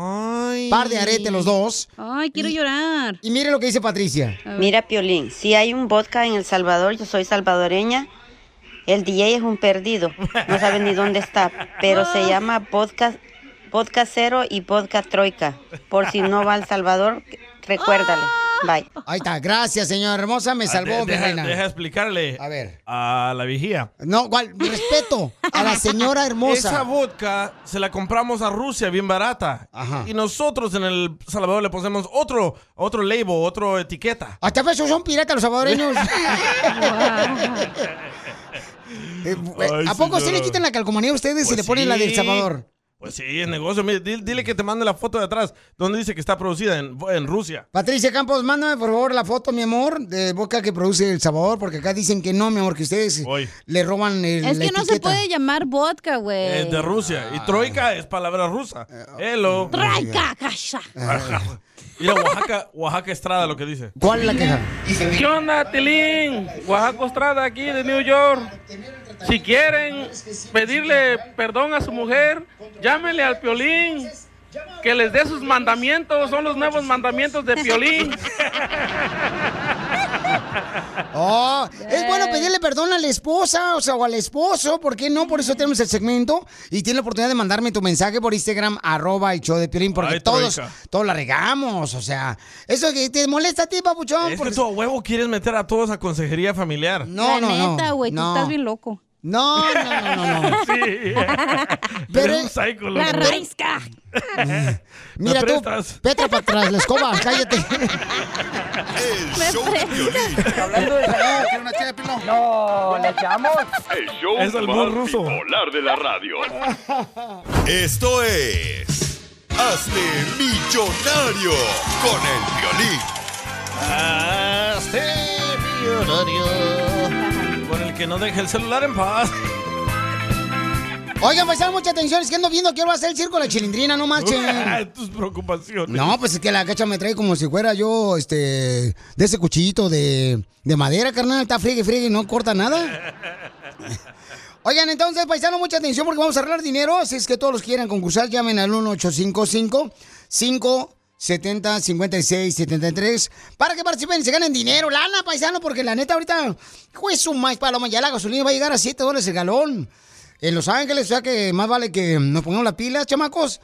par de arete los dos. Ay, quiero llorar. Y mire lo que dice Patricia. Mira, Piolín, si hay un vodka en El Salvador, yo soy salvadoreña. El DJ es un perdido, no sabe ni dónde está, pero se llama vodka, vodka cero y vodka troika. Por si no va al Salvador, recuérdale. Ah. Bye. Ahí está, gracias, señora hermosa, me salvó, mi Ah, deja, reina. deja explicarle. A ver. A la vigía. No, igual, mi respeto a la señora hermosa. Esa vodka se la compramos a Rusia bien barata. Y nosotros en El Salvador le ponemos otro, otro label, otra etiqueta. Hasta eso son piratas los salvadoreños. Eh, ¿A poco se le quitan la calcomanía a ustedes y Pues le ponen la del sí. Salvador? Pues sí, es negocio. Mire, dile, dile que te mande la foto de atrás donde dice que está producida en, en Rusia. Patricia Campos, mándame por favor la foto, mi amor, de boca que produce El Salvador, porque acá dicen que no, mi amor, que ustedes le roban el, Es la que no se etiqueta. Eh, puede llamar vodka, güey. Es Eh, de Rusia. Y troika es palabra rusa. oh, Hello. Troika, casha. Ajá. Mira, Oaxaca, Oaxaca Estrada lo que dice. ¿Cuál es la queja? ¿Qué onda, Tilín? Oaxaco Estrada aquí de New York. Si quieren pedirle perdón a su mujer, llámenle al Piolín. Que les dé sus mandamientos, son los nuevos mandamientos de Piolín. Oh, es bueno pedirle perdón a la esposa, o sea, o al esposo, ¿por qué no? Por eso tenemos el segmento y tienes la oportunidad de mandarme tu mensaje por Instagram, arroba el show de Piolín, porque Ay, todos, troika. todos la regamos, o sea, eso que te molesta a ti, papuchón. Es que porque- tú a huevo quieres meter a todos a consejería familiar. No, no, no. Neta, güey, no. tú estás bien loco. No, no, no, no. no. Pero es un psycho, La loco. raizca. Mira ¿Me tú, prestas? Petra para atrás, la escoba, cállate. Hablando de salud, ¿quiere una ché de pilón? No, ¿le echamos? El show Es el más burro bipolar de la radio. Esto es. Hazte millonario con el violín. Hazte millonario. Con el que no deje el celular en paz. Oigan, pues mucha atención, es que ando viendo que va a hacer el circo la chilindrina, no marchen. Tus preocupaciones. No, pues es que la cacha me trae como si fuera yo, este, de ese cuchillito de, de madera, carnal, está friegue, friegue, no corta nada. Oigan, entonces, paisano, mucha atención porque vamos a arreglar dinero. Si es que todos los que quieran concursar, llamen al 1-855-570-5673 para que participen y se ganen dinero, lana, paisano, porque la neta ahorita, pues, su más paloma, ya la gasolina va a llegar a 7 dólares el galón. En Los Ángeles, o sea que más vale que nos pongamos las pilas, chamacos.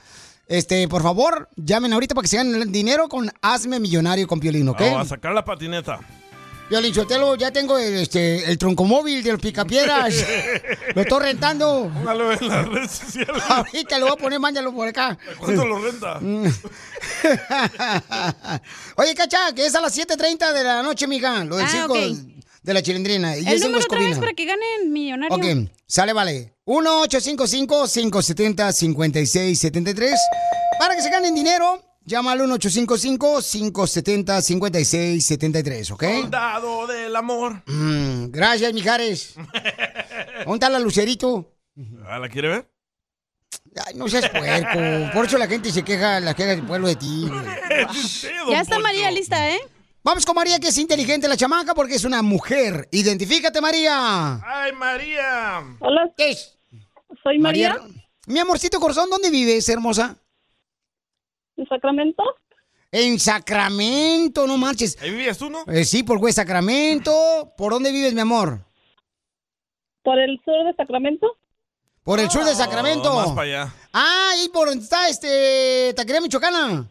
Este, por favor, llamen ahorita para que se ganen el dinero con Hazme Millonario con Piolín, ¿ok? Ah, a sacar la patineta. Piolín Sotelo, ya tengo el, este, el troncomóvil de los picapiedras. lo estoy rentando. Póngalo en las redes sociales. Ahorita lo voy a poner, mándalo por acá. ¿Cuánto lo renta? Oye, cacha, que es a las 7.30 de la noche, mija. Lo del Ah, circo ok. de la chilindrina. Y pues, El es en número otra vez Escobina. para que ganen millonario. Ok, sale, vale. 1-855-570-5673. Para que se ganen dinero Llama al 1-855-570-5673, ¿ok? Soldado del amor. Mm, gracias, Mijares. ¿Dónde está la lucerito? Ah, ¿La quiere ver? Ay, no seas puerco. Por eso la gente se queja, las quejas del pueblo de ti. güey. Ya está María lista, ¿eh? Vamos con María, que es inteligente la chamaca porque es una mujer. Identifícate, María. ¡Ay, María! Hola. ¿Qué es? Soy María. Mi amorcito corazón, ¿dónde vives, hermosa? ¿En Sacramento? En Sacramento, no marches. ¿Ahí vivías tú, no? Eh, sí, por güey, Sacramento. ¿Por dónde vives, mi amor? ¿Por el sur de Sacramento? Por el sur de Sacramento. Oh, más para allá. Ah, y por donde está este Taquería Michoacana.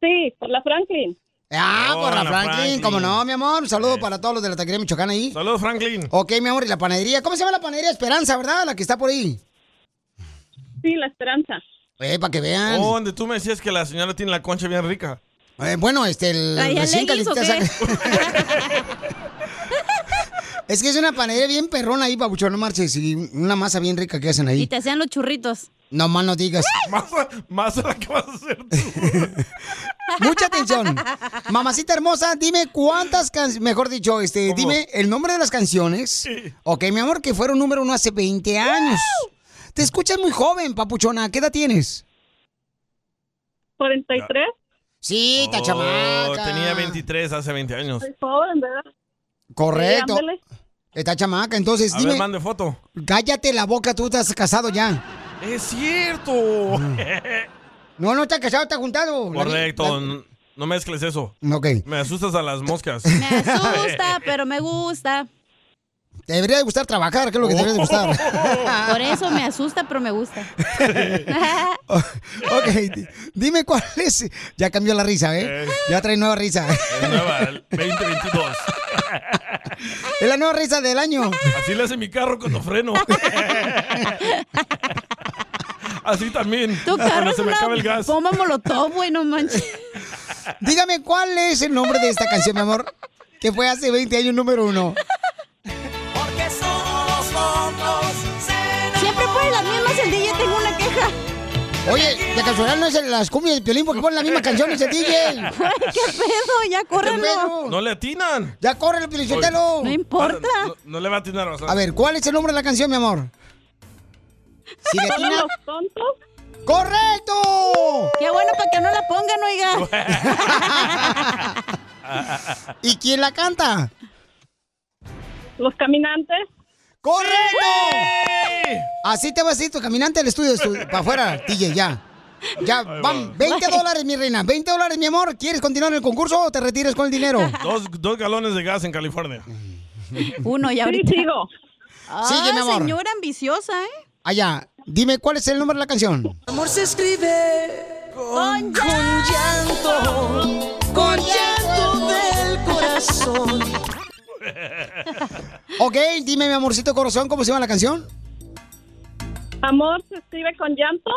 Sí, por la Franklin. Ah, Oh, por la la Franklin, Franklin. como no, mi amor. Un saludo para todos los de la Taquería Michoacana ahí. Eh. Saludos, Franklin. Ok, mi amor, y la panadería. ¿Cómo se llama la panadería Esperanza, verdad? La que está por ahí. Sí, la Esperanza. Eh, para que vean. Oh, donde tú me decías que la señora tiene la concha bien rica. Eh, bueno, este, el ¿Traía recién leggings o calificado- es que es una panadería bien perrona ahí, papucho, no marches. Y una masa bien rica que hacen Y ahí. te hacían los churritos. No más no digas. Más la que vas a hacer. Mucha atención. Mamacita hermosa, dime cuántas canciones, mejor dicho, este, dime el nombre de las canciones. Ok, mi amor, que fueron número uno hace 20 años. Te escuchas muy joven, papuchona. ¿Qué edad tienes? 43. Sí, está Oh, chamaca. Tenía 23 hace 20 años. Soy joven, ¿verdad? Correcto. Sí, ándale. Está chamaca, entonces A dime. ver, mande foto. Cállate la boca, tú estás casado ya. Es cierto. No, no estás casado, estás juntado. La- Correcto. n- No mezcles eso. Ok. Me asustas a las moscas. Me asusta, pero me gusta. Te debería de gustar trabajar, que es lo que te debería de Oh. gustar. Por eso me asusta, pero me gusta. ok, di- dime cuál es. Ya cambió la risa, ¿eh? Ya trae nueva risa. Es nueva, el 2022. es la nueva risa del año. Así le hace mi carro cuando freno. Así también. Tu carro cuando es se me una acaba el gas. bomba molotov, güey, no manches. Dígame cuál es el nombre de esta canción, mi amor. Que fue hace 20 años número uno. Porque somos locos. Siempre ponen las mismas el DJ, tengo una queja. Oye, de casualidad no es en las cumbias de Piolín porque ponen las mismas canciones el DJ. ¿Qué pedo? Ya córrelo. No le atinan. Ya córrelo, Piolín, suéltalo. Oye, No, no le va a atinar. o sea. A ver, ¿cuál es el nombre de la canción, mi amor? Si le ¿Todos los atina- ¡Correcto! Qué bueno para que no la pongan, oiga. ¿Y quién la canta? Los caminantes. ¡Correcto! Así te vas a ir tu caminante al estudio, para afuera, DJ, ya. Ya, van, 20 dólares, mi reina, 20 dólares, mi amor. ¿Quieres continuar el concurso o te retiras con el dinero? Dos, dos galones de gas en California. Uno ya Sí, ahorita. Ah, sigo. Sigue, mi amor. señora ambiciosa, ¿eh? Allá, dime cuál es el nombre de la canción. Amor se escribe con, con llanto, con llanto del corazón. Ok, dime, mi amorcito corazón, ¿cómo se llama la canción? Amor se escribe con llanto.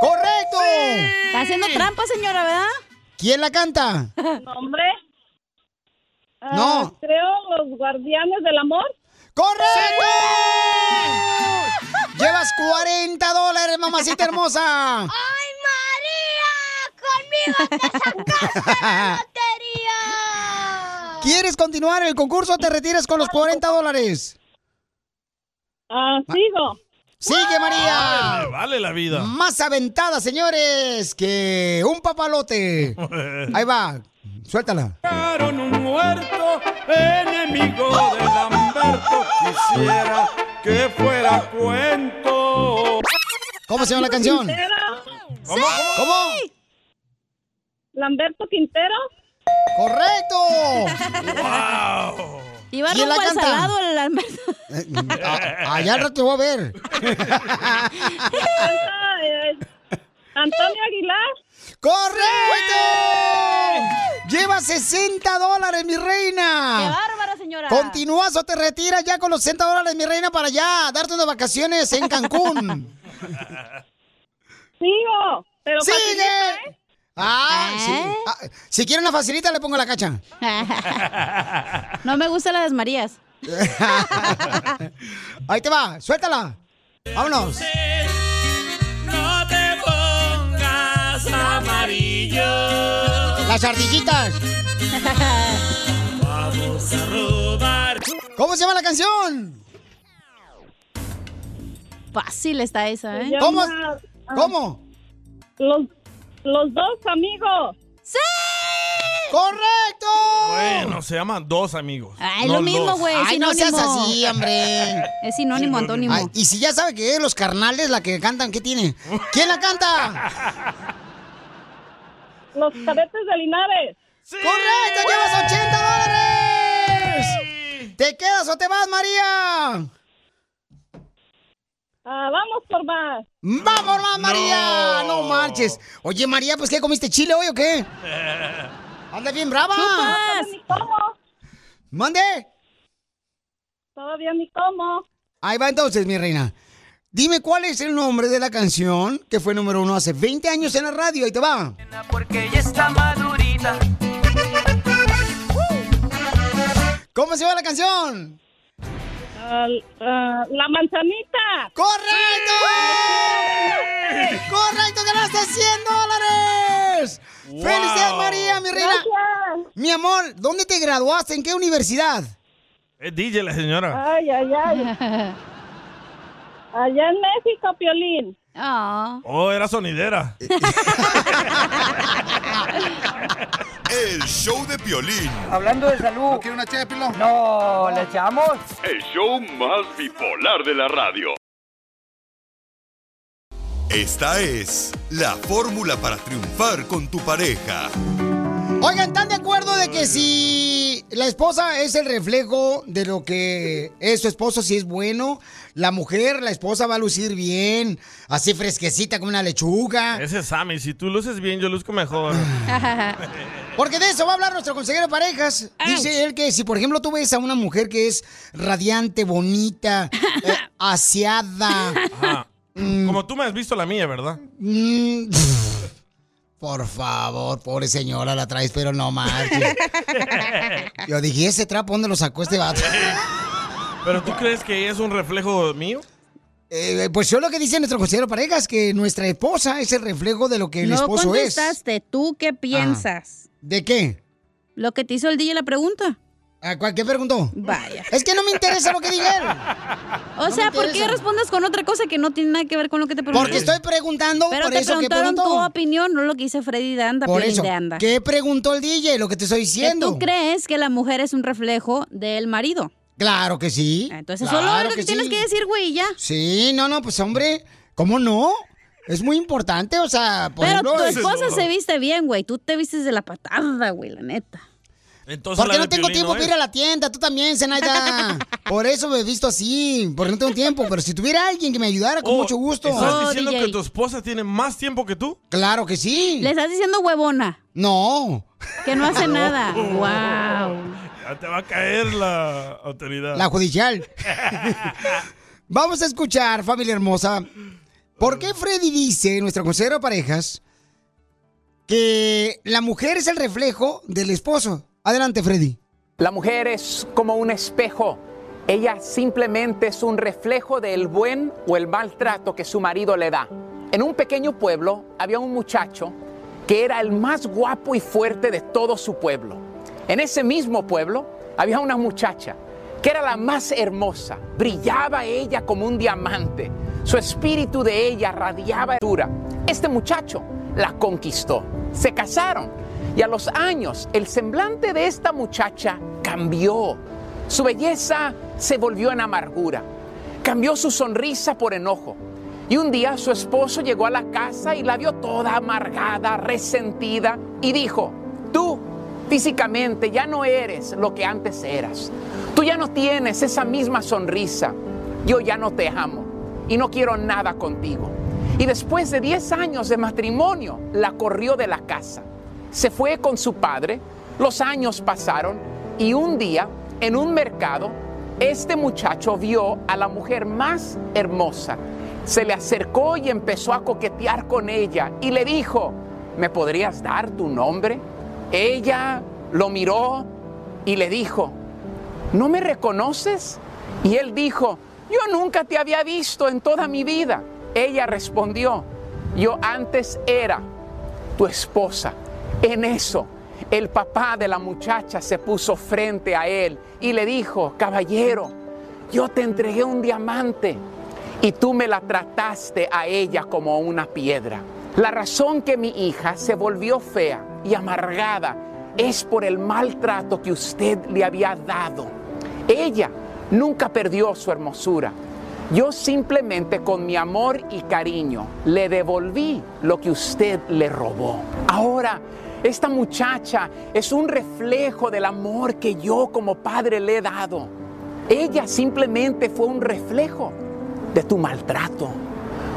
¡Correcto! Está haciendo trampa, señora, ¿verdad? ¿Quién la canta? Nombre. Ah, No. Creo los guardianes del amor. ¡Correcto! Llevas 40 dólares, mamacita hermosa. ¿Quieres continuar el concurso o te retiras con los 40 dólares? Ah, sigo. Sigue, María. Ay, le Ah, vale la vida. Más aventada, señores, que un papalote. Ahí va, suéltala. un muerto enemigo de Lamberto. Quisiera que fuera cuento. ¿Cómo se llama la canción? ¿Cómo? ¿Cómo? Lamberto Quintero. ¡Correcto! Iba ¿Quién la rumbo al canta? salado, el alma- Eh, A- Allá al rato te voy a ver. Canta, eh, Antonio Aguilar. ¡Correcto! Lleva 60 dólares, mi reina. ¡Qué bárbara, señora! ¿Continúas o te retiras ya con los 60 dólares, mi reina, para allá? Darte unas vacaciones en Cancún. Sigo. Pero ¡Sigue! facilita, ¿eh? Ah, sí. Ah, si quieren una facilita, le pongo la cacha. No me gustan las Marías. Ahí te va, suéltala. Vámonos. No te pongas las ardillitas. Vamos a robar. ¿Cómo se llama la canción? Fácil está esa, ¿eh? ¿Cómo? ¿Cómo? Los, dos amigos. ¡Sí! ¡Correcto! Bueno, se llaman dos amigos. Ay, no Ah, lo mismo, los. güey. Ay, no seas sinónimo. así, hombre. Es sinónimo, antónimo. Ay, y si ya sabe que es los carnales la que cantan, ¿qué tiene? ¿Quién la canta? Los cadetes de Linares. ¡Correcto! ¡Llevas 80 dólares! ¿Te quedas o te vas, María? Ah, vamos por más. ¡Vamos más, María! No. marches. Oye, María, pues ¿qué comiste chile hoy o qué? ¡Anda bien brava! ¡Mande! Todavía ni como. Ahí va entonces, mi reina. Dime cuál es el nombre de la canción que fue número uno hace 20 años en la radio. Ahí te va. Porque ella está madurita. ¿Cómo se llama la canción? ah, la manzanita. ¡Correcto! ¡Correcto! ¡Ganaste 100 dólares! ¡Felicidades, María, mi reina! Mi amor, ¿dónde te graduaste? ¿En qué universidad? Es DJ la Ah. señora. Ay, ay, ay. Allá en México, Piolín. Oh, era sonidera. El show de Piolín. Hablando de salud. ¿No quiere una chépilo? No, ¿le echamos? El show más bipolar de la radio. Esta es la fórmula para triunfar con tu pareja. Oigan, ¿están de acuerdo de que si la esposa es el reflejo de lo que es su esposo, si es bueno, la mujer, la esposa va a lucir bien, así fresquecita como una lechuga? Ese es Sammy. Si tú luces bien, yo luzco mejor. Porque de eso va a hablar nuestro consejero de parejas. Dice él que si, por ejemplo, tú ves a una mujer que es radiante, bonita, eh, aseada, Ah. Ajá. Como tú me has visto la mía, ¿verdad? mm, por favor, pobre señora, la traes, pero no marches. Yo dije, ese trapo, ¿dónde lo sacó este vato? ¿Pero tú crees que es un reflejo mío? Eh, pues yo lo que dice nuestro consejero de parejas, que nuestra esposa es el reflejo de lo que el no esposo es. Ah. contestaste. ¿Tú qué piensas? ¿De qué? Lo que te hizo el DJ la pregunta. ¿A cuál, ¿Qué preguntó? Vaya. Es que no me interesa lo que diga él. O No sea, me ¿por qué interesa. respondes con otra cosa que no tiene nada que ver con lo que te pregunté? Porque estoy preguntando Pero por te eso que preguntaron tu preguntó. opinión, no lo que dice Freddy de Anda, Por Piolín eso, de Anda. ¿qué preguntó el DJ? Lo que te estoy Que diciendo. ¿Tú crees que la mujer es un reflejo del marido? Claro que sí. Ah, Entonces, Claro solo lo que, tienes sí. que decir, güey, y ya. Sí, no, no, pues hombre, ¿cómo no? Es muy importante, o sea, por Pero ejemplo, tu es- esposa se viste bien, güey. Tú te vistes de la patada, güey, la neta. Entonces, Porque no la de tengo Piolín tiempo no para ir es. a la tienda, tú también, Zenaida. Por eso me he visto así, porque no tengo tiempo. Pero si tuviera alguien que me ayudara, con Oh, mucho gusto. ¿Estás diciendo que tu esposa tiene más tiempo que tú? Claro que sí. Le estás diciendo huevona. No. Que no hace nada. Oh. Wow. Ya te va a caer la autoridad. La judicial. Vamos a escuchar, familia hermosa. ¿Por qué Freddy dice, nuestro consejero de parejas, que la mujer es el reflejo del esposo? Adelante, Freddy. La mujer es como un espejo. Ella simplemente es un reflejo del buen o el maltrato que su marido le da. En un pequeño pueblo había un muchacho que era el más guapo y fuerte de todo su pueblo. En ese mismo pueblo había una muchacha que era la más hermosa. Brillaba ella como un diamante. Su espíritu de ella radiaba dura. Este muchacho la conquistó. Se casaron y a los años el semblante de esta muchacha cambió. Su belleza se volvió en amargura. Cambió su sonrisa por enojo. Y un día su esposo llegó a la casa y la vio toda amargada, resentida y dijo, tú Físicamente ya no eres lo que antes eras. Tú ya no tienes esa misma sonrisa. Yo ya no te amo y no quiero nada contigo. Y después de 10 años de matrimonio, la corrió de la casa. Se fue con su padre, los años pasaron y un día, en un mercado, este muchacho vio a la mujer más hermosa. Se le acercó y empezó a coquetear con ella y le dijo, ¿me podrías dar tu nombre? Ella lo miró y le dijo, ¿no me reconoces? Y él dijo, yo nunca te había visto en toda mi vida. Ella respondió, yo antes era tu esposa. En eso, El papá de la muchacha se puso frente a él y le dijo, caballero, yo te entregué un diamante y tú me la trataste a ella como una piedra. La razón que mi hija se volvió fea y amargada es por el maltrato que usted le había dado. Ella nunca perdió su hermosura. Yo simplemente con mi amor y cariño le devolví lo que usted le robó. Ahora, esta muchacha es un reflejo del amor que yo como padre le he dado. Ella simplemente fue un reflejo de tu maltrato.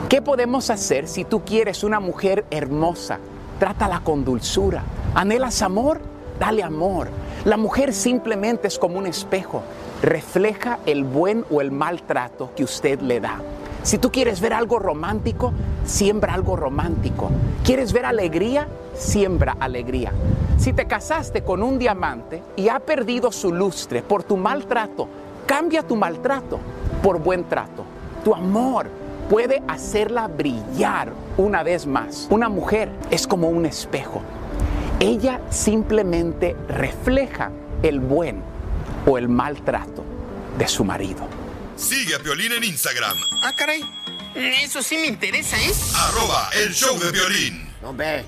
¿Qué podemos hacer si tú quieres una mujer hermosa? Trátala con dulzura. ¿Anhelas amor? Dale amor. La mujer simplemente es como un espejo. Refleja el buen o el mal trato que usted le da. Si tú quieres ver algo romántico, siembra algo romántico. ¿Quieres ver alegría? Siembra alegría. Si te casaste con un diamante y ha perdido su lustre por tu maltrato, cambia tu maltrato por buen trato. Tu amor puede hacerla brillar una vez más. Una mujer es como un espejo. Ella simplemente refleja el buen o el maltrato de su marido. Sigue a Piolín en Instagram, Ah, caray. Eso sí me interesa, ¿eh? arroba el show de violín. No ve.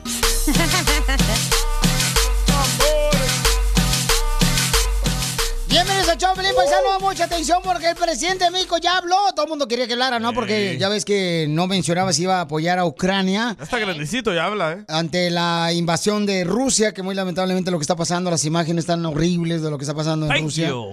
Bienvenidos a Choplin, paisano, mucha atención porque el presidente de México ya habló. Todo el mundo quería que hablara, ¿no? Porque ya ves que no mencionaba si iba a apoyar a Ucrania. Ya Está grandecito, ya habla, ¿eh? ante la invasión de Rusia, que muy lamentablemente lo que está pasando, las imágenes tan horribles de lo que está pasando en Thank Rusia. you.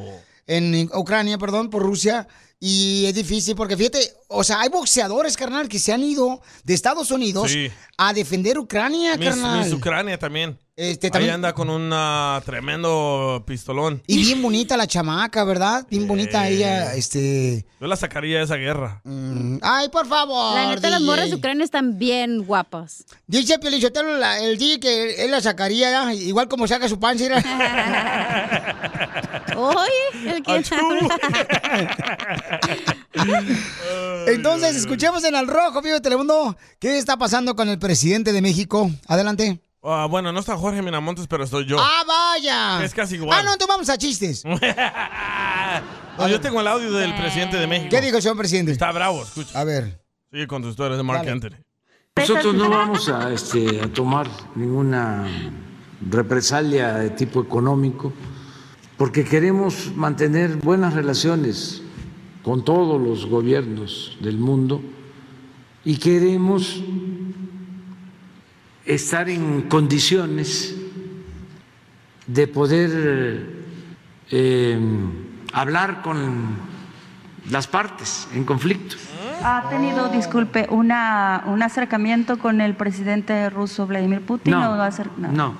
En Ucrania, perdón, por Rusia. Y es difícil porque fíjate, o sea, hay boxeadores, carnal, que se han ido de Estados Unidos Sí. a defender Ucrania, Miss, carnal. Miss Ucrania también. Este, también- Ahí anda con un ah, tremendo pistolón. y bien bonita la chamaca, ¿verdad? Bien bonita Eh. ella, este... Mm. Yo la sacaría de esa guerra. Ay, por favor. La neta, las DJ. morras de Ucrania están bien guapas. Dice Piolichotelo el día que él la sacaría, ya, igual como saca su panza. Oye, el que Achú. Entonces, escuchemos en Al Rojo, vivo de Telemundo, ¿qué está pasando con el presidente de México? Adelante. Ah, bueno, no está Jorge Miramontes, pero estoy yo. ¡Ah, vaya! Es casi igual. Ah, no, entonces vamos a chistes. Ah, yo tengo el audio del presidente de México. ¿Qué dijo el señor presidente? Está bravo, escucha. A ver. Sigue con tus historias de Mark Anthony. Nosotros no vamos a, este, a tomar ninguna represalia de tipo económico porque queremos mantener buenas relaciones con todos los gobiernos del mundo y queremos estar en condiciones de poder eh, hablar con las partes en conflicto. ¿Ha tenido, disculpe, una, un acercamiento con el presidente ruso Vladimir Putin? No, ¿O va a ser- no. No,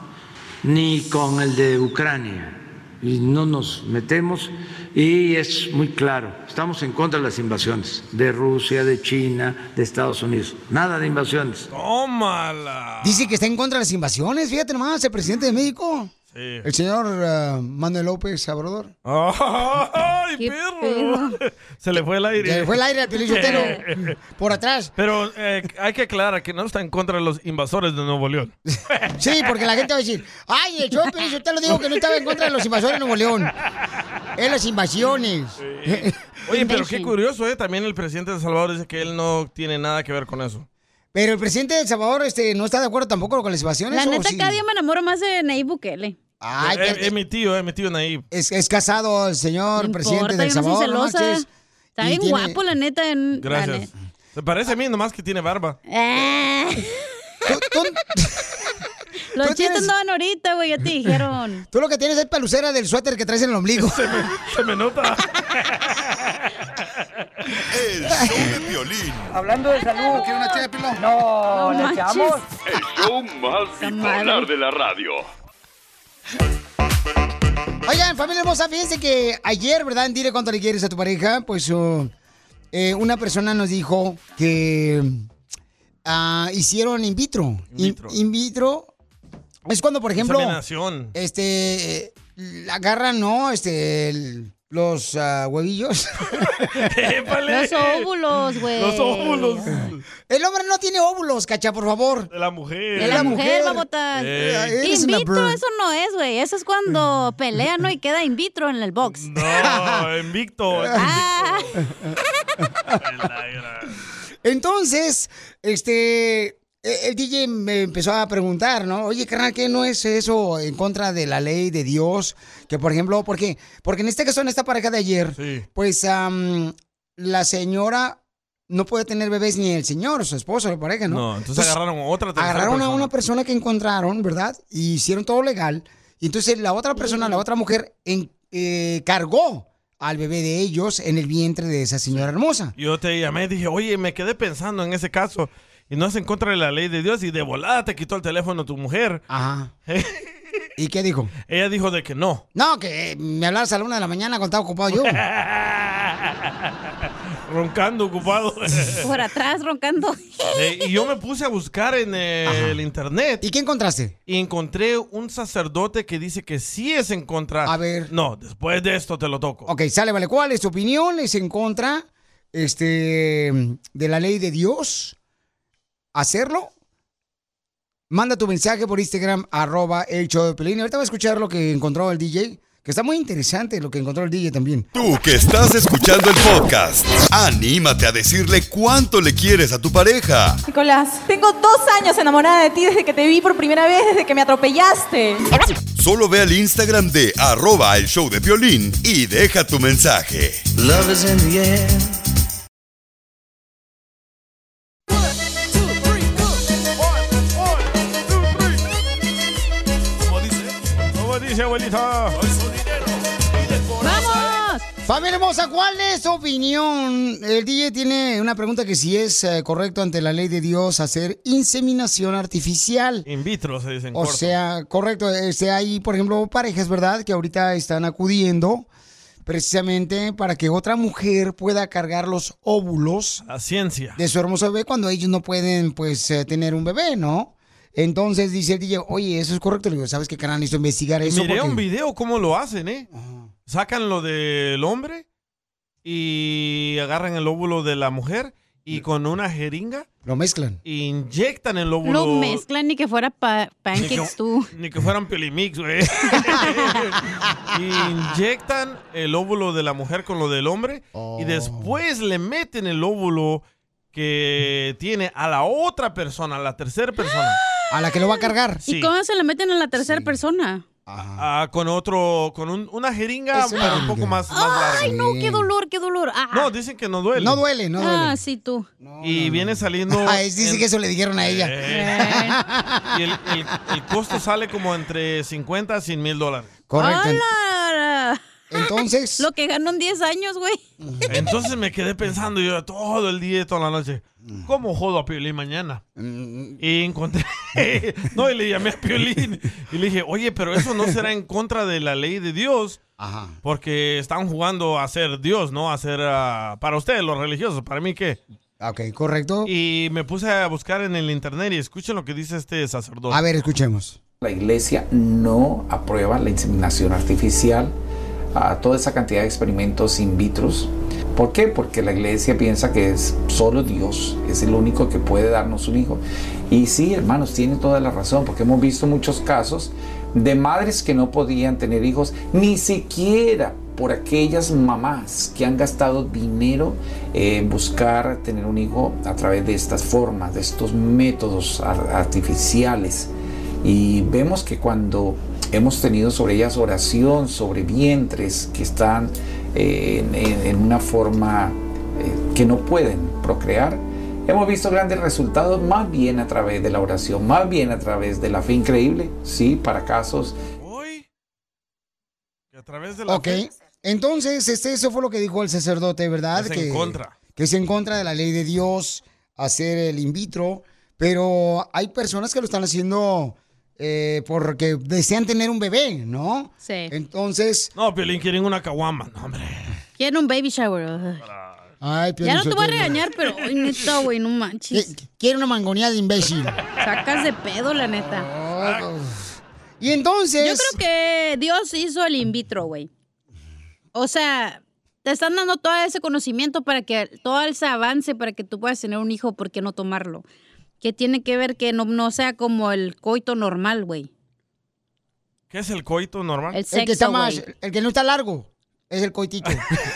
ni con el de Ucrania. Y no nos metemos y es muy claro, estamos en contra de las invasiones de Rusia, de China, de Estados Unidos. Nada de invasiones. ¡Tómala! Dice que está en contra de las invasiones, fíjate nomás, el presidente de México. Sí. El señor eh, Manuel López Obrador. Oh. ¡Ay, Qué perro! pedo. Se le fue el aire. Se le fue el aire al Piolín Sotelo. Por atrás. Pero eh, hay que aclarar que no está en contra de los invasores de Nuevo León. Sí, porque la gente va a decir, ay, el show, pero usted lo dijo que no estaba en contra de los invasores de Nuevo León. Es las invasiones. Oye, pero qué curioso, ¿eh? También el presidente de El Salvador dice que él no tiene nada que ver con eso. Pero el presidente de El Salvador este, no está de acuerdo tampoco con las invasiones. La ¿o neta, sí? cada día me enamoro más de Nayib Bukele. Ay, Eh, que- Eh, eh, mi tío, es mi tío Naib. Es, es casado el señor presidente de El yo no soy Salvador. no celosa. manches. Está Y bien tiene- guapo, la neta. en- la Gracias. neta. Se parece a mí, nomás que tiene barba. Ah. Los tú chistes tienes- no van ahorita, güey, ya te dijeron. Tú lo que tienes es pelucera del suéter que traes en el ombligo. Se me, nota. El show de violín. Hablando de salud. ¿No quiere una ché de pilón? No, le echamos. El show más bipolar de la radio. Oigan, familia hermosa, fíjense que ayer, ¿verdad? En Dile cuánto le quieres a tu pareja, pues oh, eh, una persona nos dijo que ah, hicieron in vitro. In vitro. In, vitro es cuando, por ejemplo, Inseminación. este, eh, la agarran, ¿no? Este, el- los ah, huevillos. Los óvulos, güey. Los óvulos. El hombre no tiene óvulos, cacha, por favor. De la mujer. De la mujer, babota. Eh, eres una Invitro, bird. eso no es, güey. Eso es cuando pelean, ¿no? Y queda in vitro en el box. No, Ah, invicto. Entonces, este, eh, el DJ me empezó a preguntar, ¿no? Oye, carnal, ¿qué no es eso en contra de la ley de Dios? Que, por ejemplo, ¿por qué? Porque en este caso, en esta pareja de ayer, pues am, la señora no puede tener bebés ni el señor, su esposo, la pareja, ¿no? Pues, No, entonces agarraron a otra tercera Agarraron a persona. una persona que encontraron, ¿verdad? Y hicieron todo legal. Y entonces la otra persona, la otra mujer, en- eh, cargó al bebé de ellos en el vientre de esa señora hermosa. Yo te llamé y dije, oye, me quedé pensando en ese caso. Y no es en contra de la ley de Dios. Y de volada te quitó el teléfono tu mujer. Ajá. ¿Y qué dijo? Ella dijo de que no. No, que eh, me hablas a la una de la mañana cuando estaba ocupado yo. Roncando, ocupado. Por atrás, roncando. Eh, y yo me puse a buscar en eh, el internet. ¿Y qué encontraste? Y encontré un sacerdote que dice que sí es en contra. A ver. No, después de esto te lo toco. ok, sale, vale. ¿Cuál es tu opinión? ¿Es en contra este, de la ley de Dios? ¿Hacerlo? Manda tu mensaje por Instagram, arroba el show de Pelín. Ahorita va a escuchar lo que encontró el DJ, que está muy interesante lo que encontró el DJ también. Tú que estás escuchando el podcast, anímate a decirle cuánto le quieres a tu pareja. Nicolás, tengo dos años enamorada de ti desde que te vi por primera vez, desde que me atropellaste. Solo ve al Instagram de arroba el show de violín y deja tu mensaje. ¿Cómo dice, abuelita? ¡Vamos! Familia hermosa, ¿cuál es tu opinión? El DJ tiene una pregunta que si es eh, correcto ante la ley de Dios hacer inseminación artificial. In vitro se dicen. O sea, correcto, este, hay, por ejemplo, parejas, ¿verdad? Que ahorita están acudiendo precisamente para que otra mujer pueda cargar los óvulos La ciencia. de su hermoso bebé cuando ellos no pueden, pues, eh, tener un bebé, ¿no? Entonces dice el DJ, oye, eso es correcto. Le digo, ¿sabes qué, canal Necesito investigar eso. Miré porque- un video cómo lo hacen, ¿eh? Sacan lo del hombre y agarran el óvulo de la mujer y con una jeringa Lo mezclan. inyectan el óvulo. Lo mezclan ni que fuera pa- Ni pancakes que- tú. Ni que fueran pelimix, güey. Inyectan el óvulo de la mujer con lo del hombre Oh. y después le meten el óvulo que tiene a la otra persona, a la tercera persona. A la que lo va a cargar. Sí. ¿Y cómo se le meten a la tercera persona? Ah, con otro, con un- una jeringa, Es una pero un poco más, más larga. Ay, no, qué dolor, qué dolor. Ah. No, dicen que no duele. No duele, no Ah, sí, tú. y viene saliendo. Ay, dice que eso le dijeron a ella. Eh. y el, el- el costo sale como entre 50 a 100 mil dólares. ¡Hala! Entonces. Lo que ganó en 10 años, güey. Entonces me quedé pensando yo todo el día y toda la noche. ¿Cómo jodo a Piolín mañana? Y encontré. no, y le llamé a Piolín. Y le dije, oye, pero eso no será en contra de la ley de Dios. Porque están jugando a ser Dios, ¿no? A ser. ah, para ustedes, los religiosos. ¿Para mí qué? Ok, correcto. Y me puse a buscar en el internet y escuchen lo que dice este sacerdote. A ver, escuchemos. La iglesia no aprueba la inseminación artificial, a toda esa cantidad de experimentos in vitro. ¿Por qué? Porque la iglesia piensa que es solo Dios, es el único que puede darnos un hijo. Y sí, hermanos, tiene toda la razón, porque hemos visto muchos casos de madres que no podían tener hijos, ni siquiera por aquellas mamás que han gastado dinero en buscar tener un hijo a través de estas formas, de estos métodos ar- artificiales. Y vemos que cuando hemos tenido sobre ellas oración, sobre vientres que están eh, en, en- en una forma eh, que no pueden procrear, hemos visto grandes resultados más bien a través de la oración, más bien a través de la fe increíble, sí, para casos A través de la Ok. Entonces, este, eso fue lo que dijo el sacerdote, ¿verdad? Es en contra. Que es en contra de la ley de Dios hacer el in vitro. Pero hay personas que lo están haciendo eh, porque desean tener un bebé, ¿no? Sí. Entonces. No, Piolín quieren una caguama. No, hombre. Quieren un baby shower. Ay. Ay, Ya no te voy a Piolín, regañar, pero ay, neta, güey, no manches. Quiere una mangoneada de imbécil. Oh, Sacas de pedo, la neta. Y entonces. Yo creo que Dios hizo el in vitro, güey. O sea, te están dando todo ese conocimiento para que todo ese avance para que tú puedas tener un hijo, ¿por qué no tomarlo? Que tiene que ver que no, no sea como el coito normal, güey. ¿Qué es el coito normal? El el que sexo, está más, güey. el que no está largo, es el coitito.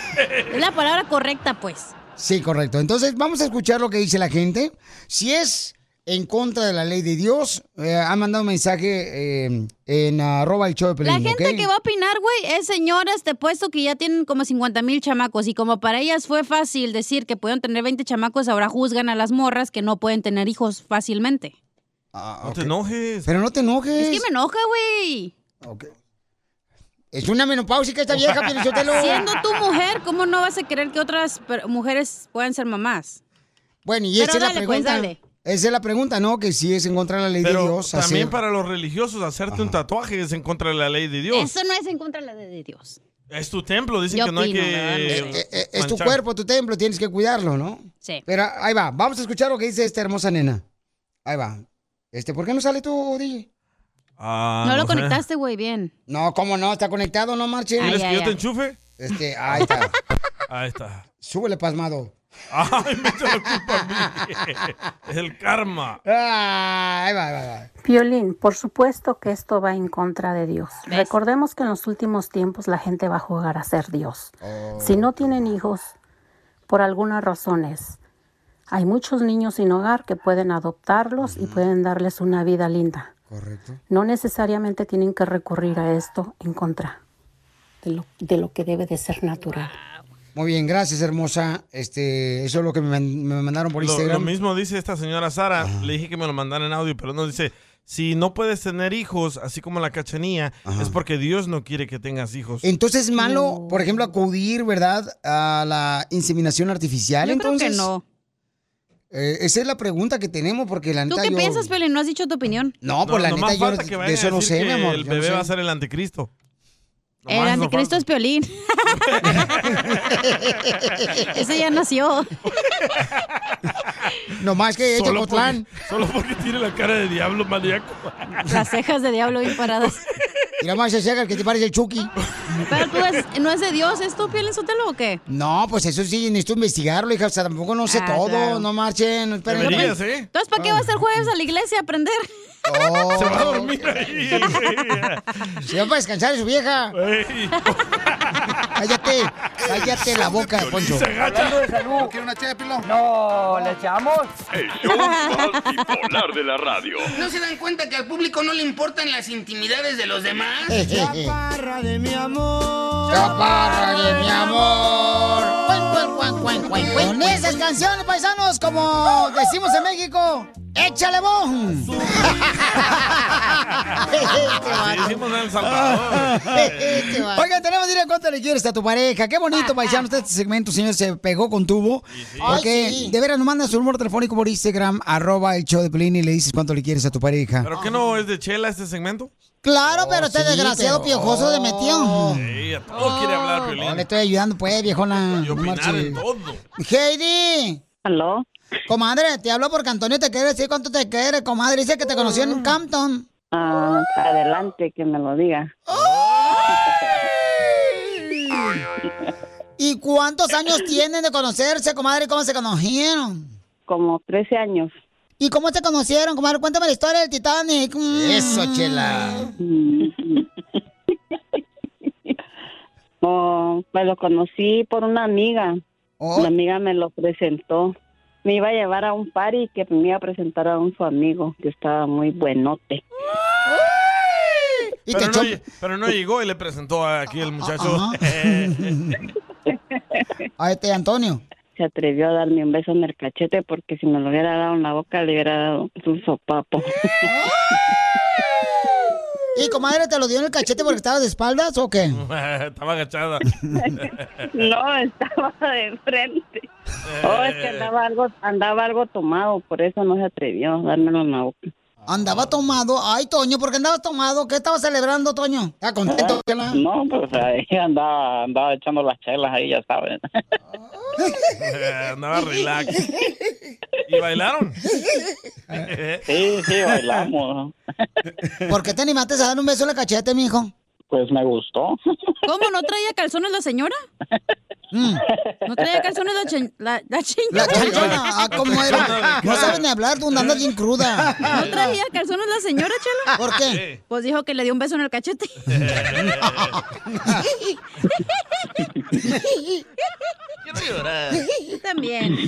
Es la palabra correcta, pues. sí, correcto. Entonces, vamos a escuchar lo que dice la gente. Si es en contra de la ley de Dios, eh, han mandado un mensaje eh, en arroba el show de La Pelín, gente ¿ok? que va a opinar, güey, es señoras, te puesto que ya tienen como 50 mil chamacos y como para ellas fue fácil decir que pueden tener 20 chamacos, ahora juzgan a las morras que no pueden tener hijos fácilmente. No te enojes. Ah, Pero no te enojes. Es que me enoja, güey. Es una menopáusica esta vieja, pues, Piolín Sotelo. Siendo tu mujer, ¿cómo no vas a querer que otras per- mujeres puedan ser mamás? Bueno, y Pero esa es la dale, pues, pregunta. dale. esa es la pregunta, ¿no? Que si es en contra de la ley Pero de Dios. también hacer- para los religiosos, hacerte un tatuaje es en contra de la ley de Dios. Eso no es en contra de la ley de Dios. Es tu templo, dicen Yo que no hay opino, que... la verdad, Eh, eh, es tu manchar. cuerpo, tu templo, tienes que cuidarlo, ¿no? Sí. Pero ahí va, vamos a escuchar lo que dice esta hermosa nena. Ahí va. Este, ¿por qué no sale tú, DJ? Ah, no lo sé. conectaste, güey, bien. No, cómo no, está conectado, no marche. ¿Quieres que yo te enchufe? Este, ahí está. Ahí está. Súbele pasmado. Ay, me echó la culpa a mí. Es el karma. Ah, ahí va, ahí va, ahí va. Violín, por supuesto que esto va en contra de Dios. Recordemos que en los últimos tiempos la gente va a jugar a ser Dios. Si no tienen hijos, por algunas razones, hay muchos niños sin hogar que pueden adoptarlos y pueden darles una vida linda. Correcto. No necesariamente tienen que recurrir a esto en contra de lo, de lo que debe de ser natural. Muy bien, gracias, hermosa. Este, eso es lo que me, man- me mandaron por Lo, lo Instagram. mismo dice esta señora Sara. Le dije que me lo mandara en audio, pero no dice... Si no puedes tener hijos, así como la cachanía, es porque Dios no quiere que tengas hijos. Entonces, ¿es malo, por ejemplo, acudir, ¿verdad?, a la inseminación artificial. Yo creo que entonces, no. Eh, esa es la pregunta que tenemos, porque la ¿Tú neta qué yo- piensas, Pelín? ¿No has dicho tu opinión? No, pues la nomás neta, yo falta que vayan de eso a no decir sé, mi que amor. El yo no bebé sé. va a ser el anticristo. El Nomás no anticristo es Piolín. Ese ya nació. Nomás que Solo Chocotlán. porque- Solo porque tiene la cara de diablo maníaco. Las cejas de diablo bien paradas. Mira más se llega el que te parece el Chucky. Pero tú es- no es de Dios, ¿es tu piel en sotelo o qué? No, pues eso sí, necesito investigarlo, hija. O sea, tampoco no sé Ah, todo. claro. No marchen, no esperen. Deberías, ¿eh? Entonces, ¿para qué vas el jueves a la iglesia a aprender? Oh. Se va a dormir ahí. Se va para descansar su vieja. cállate, cállate la boca, Poncho. Hablando de salud. ¿No quiere una ché de pilón? No, ¿le echamos? El show más bipolar de la radio. ¿No se dan cuenta que al público no le importan las intimidades de los demás? Chaparra de mi amor. Chaparra de mi amor. Con esas canciones, paisanos, como decimos en México, échale bon. Así decimos en El Salvador. Oiga, tenemos dile cuánto le quieres a tu pareja. Qué bonito, paisano. Este segmento, señor, se pegó con tubo. sí. Porque Ay, sí. de veras nos mandas un número telefónico por Instagram, arroba el show de Pelín y le dices cuánto le quieres a tu pareja. ¿Pero qué no es de chela este segmento? Claro, Oh, Ah. pero este sí, Oh. desgraciado pero- piojoso de metió. Oh. Sí, a todo quiere hablar, No, Piolín. le estoy ayudando, pues, viejona. Y opinar en No todo. marches. Heidi. ¿Aló? Comadre, te hablo porque Antonio te quiere decir cuánto te quiere, comadre. Dice que te conoció en Campton. Ah, adelante, que me lo diga. ¿Y cuántos años tienen de conocerse, comadre? ¿Cómo se conocieron? Como 13 años. ¿Y cómo se conocieron, comadre? Cuéntame la historia del Titanic. Mm. Eso, chela. Oh, me lo conocí por una amiga. Una amiga me lo presentó. Me iba a llevar a un party que me iba a presentar a un su amigo que estaba muy buenote. Pero no, lle- pero no llegó y le presentó a- aquí el Ah, muchacho. A este Antonio. Se atrevió a darme un beso en el cachete porque si me lo hubiera dado en la boca le hubiera dado un sopapo. ¿Y comadre te lo dio en el cachete porque estabas de espaldas o qué? Estaba agachada. No, estaba de frente. Oh, es que andaba algo, andaba algo tomado, por eso no se atrevió a dármelo en la boca. Andaba tomado. Ay, Toño, ¿por qué andabas tomado? ¿Qué estabas celebrando, Toño? ¿Estás contento? chela? No, pues ahí andaba, andaba echando las chelas ahí, ya saben. Eh, Andaba relax. ¿Y bailaron? Sí, sí, bailamos. ¿Por qué te animaste a dar un beso en el cachete, mijo? Pues me gustó. ¿Cómo? ¿No traía calzones la señora? Mm. ¿No traía calzones la, chen- la, la La señora? chayona, ah, ¿cómo era? No saben ni hablar, tú andas bien cruda. ¿No traía calzones la señora, Chela? ¿Por qué? Pues dijo que le dio un beso en el cachete. También.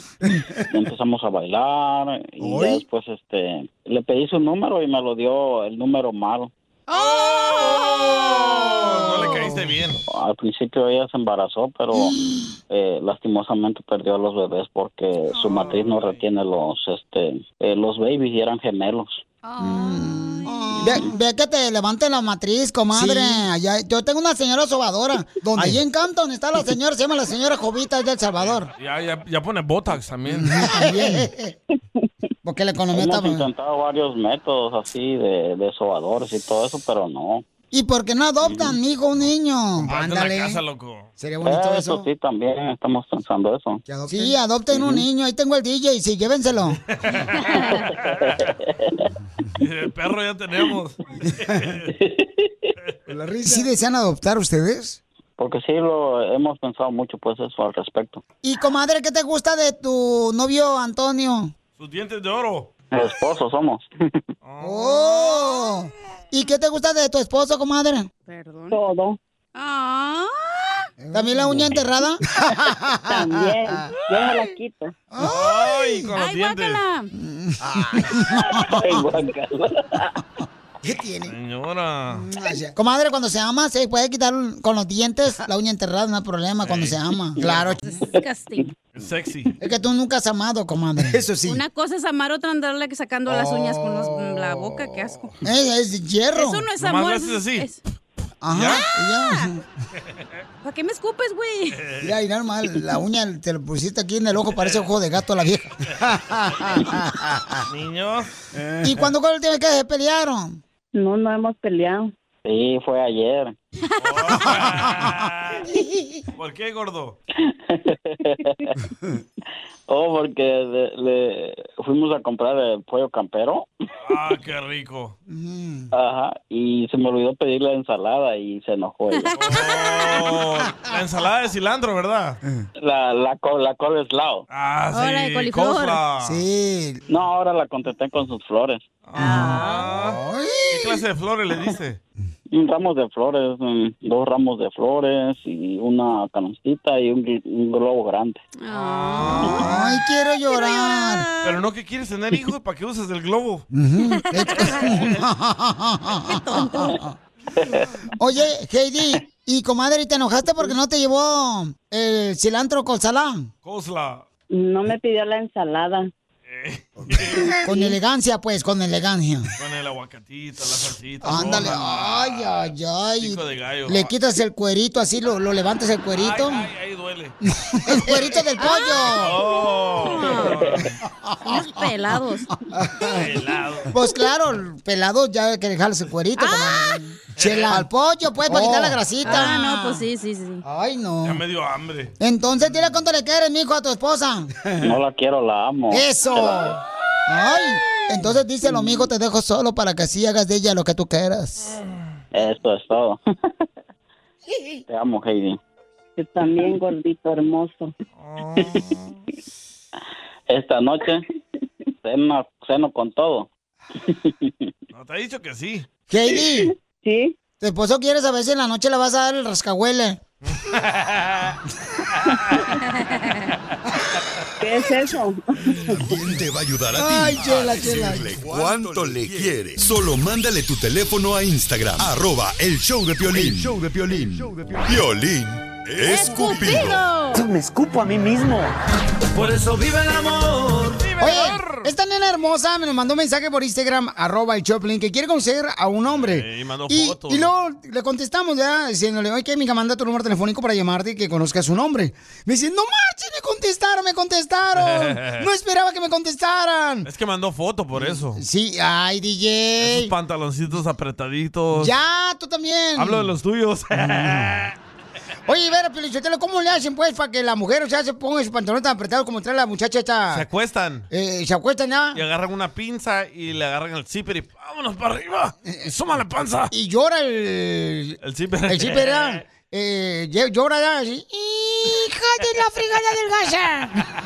Empezamos a bailar y ya después este le pedí su número y me lo dio el número malo. No le caíste bien. Al principio ella se embarazó, pero eh, lastimosamente perdió a los bebés porque su matriz no retiene los este eh, los babies y eran gemelos. Ve, ve que te levanten la matriz, comadre. Allá- yo tengo una señora sobadora. Donde Ahí en Canton está la señora, se llama la señora Jovita, es de El Salvador. Ya, ya, ya pone Botox también. También. Porque la pues, economía Hemos está... intentado varios métodos así de, de sobadores y todo eso, pero no. ¿Y por qué no adoptan, hijo, un niño? Pues, Comparte una casa, loco. Sería bonito Eh, eso. Sí, también estamos pensando eso. Sí, adopten un niño. Ahí tengo el DJ, sí, llévenselo. El perro ya tenemos. Pues, ¿Sí desean adoptar ustedes? Porque sí, lo hemos pensado mucho, pues, eso al respecto. Y comadre, ¿qué te gusta de tu novio Antonio? Sus dientes de oro. Esposos somos. Oh. ¿Y qué te gusta de tu esposo, comadre? Ah. Perdón. Todo. ¿También la uña enterrada? También. Yo no la quito. Ay, con los dientes. ¿Qué tiene? Señora. Comadre, cuando se ama, se puede quitar con los dientes la uña enterrada, no hay problema cuando se ama. Claro. Es sexy. Es que tú nunca has amado, comadre. Eso sí. Una cosa es amar, otra andarle sacando las uñas con los- con la boca, qué asco. es hierro. Eso no es Nomás amor. le eso haces así. es- Ajá. y ¿Para qué me escupes, güey? Ya. Mira, y nada más, la uña te la pusiste aquí en el ojo, parece ojo de gato a la vieja. Niños. ¿Y cuándo fue la última vez que se pelearon? No, no hemos peleado. Sí, fue ayer. ¿Por qué, gordo? oh, porque le, le- fuimos a comprar el pollo campero. Ah, qué rico. Ajá. Y se me olvidó pedir la ensalada y se enojó ella. Oh, la ensalada de cilantro, ¿verdad? La, la, co- la coleslaw. Ah, sí, Ahora de coliflor. coleslaw. Sí. No, ahora la contesté con sus flores. Ah. ¿Qué clase de flores le dice? Un ramo de flores, mm, dos ramos de flores y una canastita y un, gl- un globo grande. Ay, Ah. quiero llorar. Pero no que quieres tener hijos, ¿para qué usas el globo? Oye, Heidi, y comadre, ¿te enojaste porque no te llevó el cilantro con salán? Cosla. No me pidió la ensalada. Con elegancia, pues, con elegancia. eh, Con el aguacatito, la salsita. Ándale, roja, ay, ay, ay. Pico de gallo. Le quitas el cuerito así, lo, lo levantas el cuerito. Ay, ay, Oh. duele. el cuerito del pollo. Unos pelados. Pues claro, pelado ya hay que dejarles el cuerito. comadre. Chela al pollo, pues, para Ah. Oh. quitar la grasita. Ah, no, pues sí, sí, sí. Ay, no. Ya me dio hambre. Entonces, dile cuánto le quieres, mijo, a tu esposa. No la quiero, la amo. Eso. Te la- Ay, entonces díselo, mijo, te dejo solo para que así hagas de ella lo que tú quieras. Esto es todo. Te amo, Heidi. Yo también, gordito hermoso. Esta noche ceno, ceno con todo. No, te ha dicho que sí. Heidi. Sí. Tu esposo quiere saber si en la noche le vas a dar el rascahuele. ¿Qué es eso? También te va a ayudar a ti Ay, chela, a chela. decirle cuánto le quiere. Solo mándale tu teléfono a Instagram, arroba el show de Piolín. show de Piolín. Piolín Escupido. Me escupo a mí mismo. Por eso vive el amor. Oye, esta nena hermosa me mandó un mensaje por Instagram, arroba el Choplin, que quiere conocer a un hombre. Y mandó Y, fotos. y luego le contestamos ya diciéndole, oye, que mija, manda tu número telefónico para llamarte y que conozcas su nombre. Me dice, no marchen, me contestaron, me contestaron. No esperaba que me contestaran. Es que mandó foto por eso. Sí, ay, DJ. Esos Pues, pantaloncitos apretaditos. Ya, tú también. Hablo de los tuyos. Oye, Vera, Piolichotelo, ¿cómo le hacen, pues, para que la mujer, o sea, se ponga ese pantalón tan apretado como trae la muchacha esta? Se acuestan. Eh, ¿Se acuestan ya? Y agarran una pinza y le agarran el zipper y vámonos para arriba. Suma la panza. Y llora el. El zipper. El zipper, ¿verdad? eh, lle- llora ya, así. ¡Hija de la fregada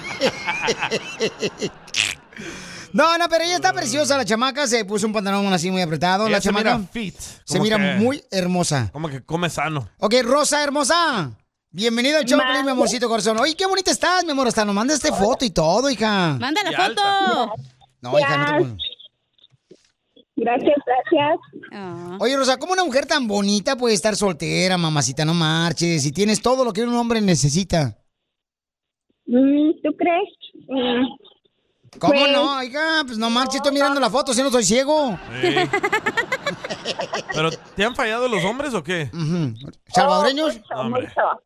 delgaza! No, no, pero ella está preciosa, la chamaca. Se puso un pantalón así muy apretado. Ella la se chamaca mira fit, Se como mira que- muy hermosa. Como que come sano. Ok, Rosa hermosa. Bienvenido al show, Mande. Pelín, mi amorcito corazón. Oye, qué bonita estás, mi amor. Hasta nos mandaste foto y todo, hija. Manda la Y foto. Ah. No, hija, no te puedo. Gracias, gracias. Oye, Rosa, ¿cómo una mujer tan bonita puede estar soltera, mamacita? No marches. Y tienes todo lo que un hombre necesita. Mm. ¿Tú crees? Mm. ¿Cómo Pues- no? Oiga, pues no marches, estoy mirando la foto, si no soy ciego. Sí. ¿Pero te han fallado los hombres o qué? ¿Salvadoreños? No, hombre. Oh,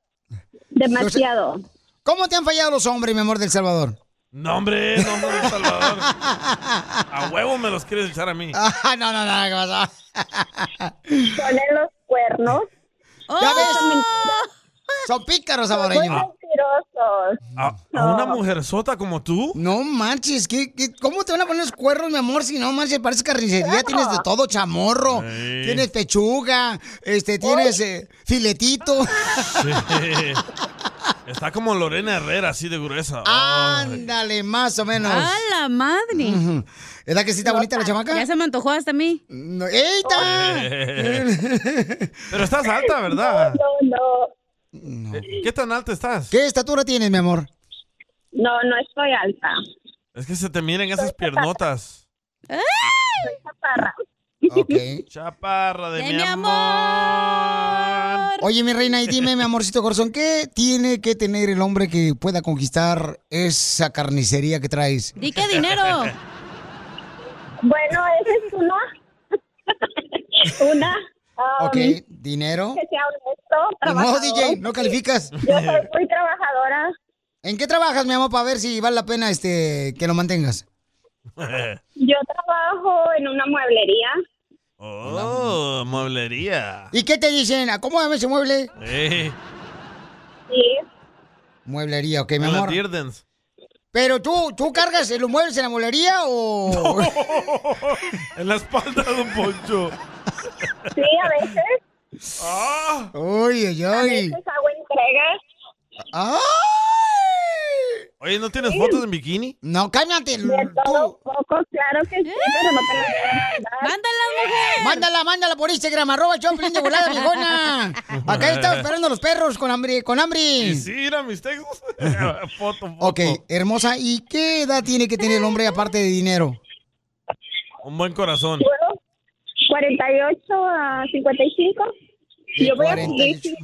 Demasiado. ¿Cómo te han fallado los hombres, mi amor del Salvador? No, hombre, no, hombre, El Salvador. A huevo me los quieres echar a mí. Ah, no, no, no, ¿qué pasa? Ponen los cuernos. ¿Ya ves? Oh. Son pícaros Muy salvadoreños. mentirosos. ¿A, a una mujerzota como tú? No manches, ¿qué, qué- cómo te van a poner los cuernos, mi amor? Si no manches, parece carnicería, tienes de todo, chamorro, Sí. tienes pechuga, este, tienes eh, filetito. Sí. Está como Lorena Herrera, así de gruesa. Ah, Ándale, más o menos. ¡A la madre! ¿Es la que sí está bonita la chamaca? Ya se me antojó hasta a mí. ¡Eita! Pero estás alta, ¿verdad? No, no. ¿Qué tan alta estás? ¿Qué estatura tienes, mi amor? No, no estoy alta. Es que se te miren esas piernotas. Soy chaparra. Chaparra de, De mi, mi amor. Oye, mi reina, y dime, mi amorcito corazón, ¿qué tiene que tener el hombre que pueda conquistar esa carnicería que traes? ¿Y qué dinero? Bueno, esa es una. una. um, Ok, dinero. Que sea honesto, No, trabajador. DJ, no calificas. Yo soy muy trabajadora. ¿En qué trabajas, mi amor, para ver si vale la pena este que lo mantengas? Yo trabajo en una mueblería. Oh, mueblería. ¿Y qué te dicen? Acomódame ese mueble. Eh, Sí. Mueblería, ok, mi me la amor. tierdens. Pero tú, ¿tú cargas los muebles en la mueblería o...? En la espalda de un poncho. Sí, a veces. Uy, uy, A pues. uy. veces hago entregas. ¡Ah! Oye, ¿no tienes fotos en bikini? No, ¿Eh? cállate. Todo poco, claro que sí, pero no te las voy a ¡Mándala, mujer! Mándala, mándala por Instagram, arroba el Choplin de volada, viejona. Acá estaba esperando a los perros con hambre, con hambre. Y sí, mira mis textos. foto, foto. Ok, hermosa, ¿y qué edad tiene que tener el hombre aparte de dinero? Un buen corazón. Bueno, 48 a 55. Yo voy a cumplir 50.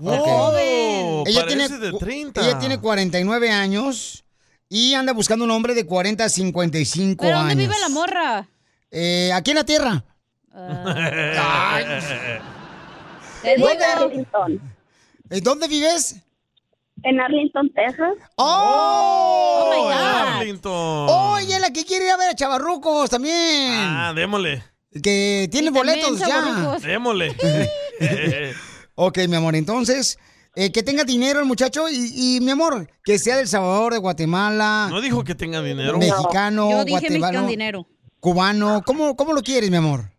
Oh, Ella parece tiene de cu- 30. Ella tiene 49 años y anda buscando un hombre de 40 a 55 ¿Pero años. dónde vive la morra? Eh, aquí en la tierra. Te digo. ¿Dónde? ¿Eh, ¿Dónde vives? En Arlington, Texas. ¡Oh! Oh, my en God. Arlington. ¡Oh, y es la que quiere ir a ver a Chavarrucos también! Ah, démosle. que tiene boletos ya. Chavarrucos. Démosle. Eh, Ok, mi amor, entonces, eh, que tenga dinero el muchacho y, y, mi amor, que sea del Salvador, de Guatemala, no dijo que tenga dinero. mexicano, Yo dije guatemala- mexicano dinero. cubano. ¿Cómo, ¿Cómo lo quieres, mi amor?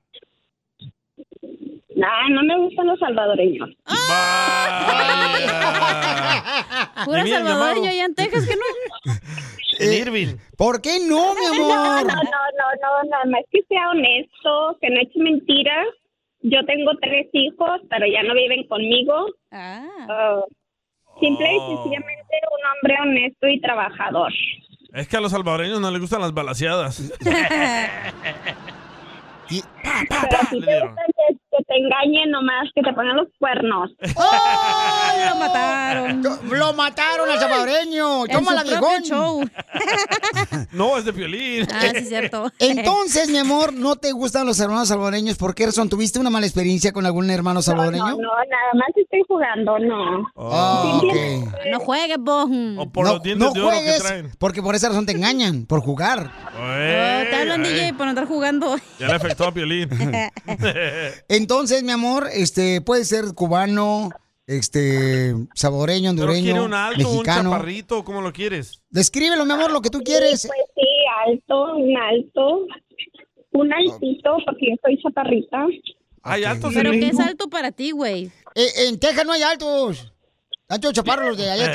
Nah, no me gustan los salvadoreños. Ah. Puro Ni bien llamado. salvadoreño allá en Texas, que no. En Irving. Eh, ¿Por qué no, mi No, no, amor? no, no, no, nada más que sea honesto, que no eche mentiras. Yo tengo tres hijos, pero ya no viven conmigo. Ah. simple Oh. y sencillamente un hombre honesto y trabajador. Es que a los salvadoreños no les gustan las balaseadas. Pero si te gusta que, que te engañen nomás, que te pongan los cuernos. Lo mataron. Lo mataron al salvadoreño. En Toma la su propio viejón. show. No, Ah, es de violín. Entonces, mi amor, ¿no te gustan los hermanos salvadoreños? ¿Por qué razón? ¿Tuviste una mala experiencia con algún hermano salvadoreño? No, no, nada más estoy jugando, no. Ah, Simple- ok. No juegues, vos. O no, no juegues, porque por esa razón te engañan, por jugar. Ah, Oh, te hablan Eh, DJ por no estar jugando. Ya le afectó a Piolín. Entonces, mi amor, este, puede ser cubano, este, saboreño, Pero hondureño, quiere un alto, mexicano. un chaparrito, ¿cómo lo quieres? Descríbelo, mi amor, lo que tú quieres. Pues sí, alto, un alto, un altito, porque yo soy chaparrita. Hay altos Pero en que es México. alto para ti, güey. en Texas no hay altos. Nacho Chaparro, los de allá de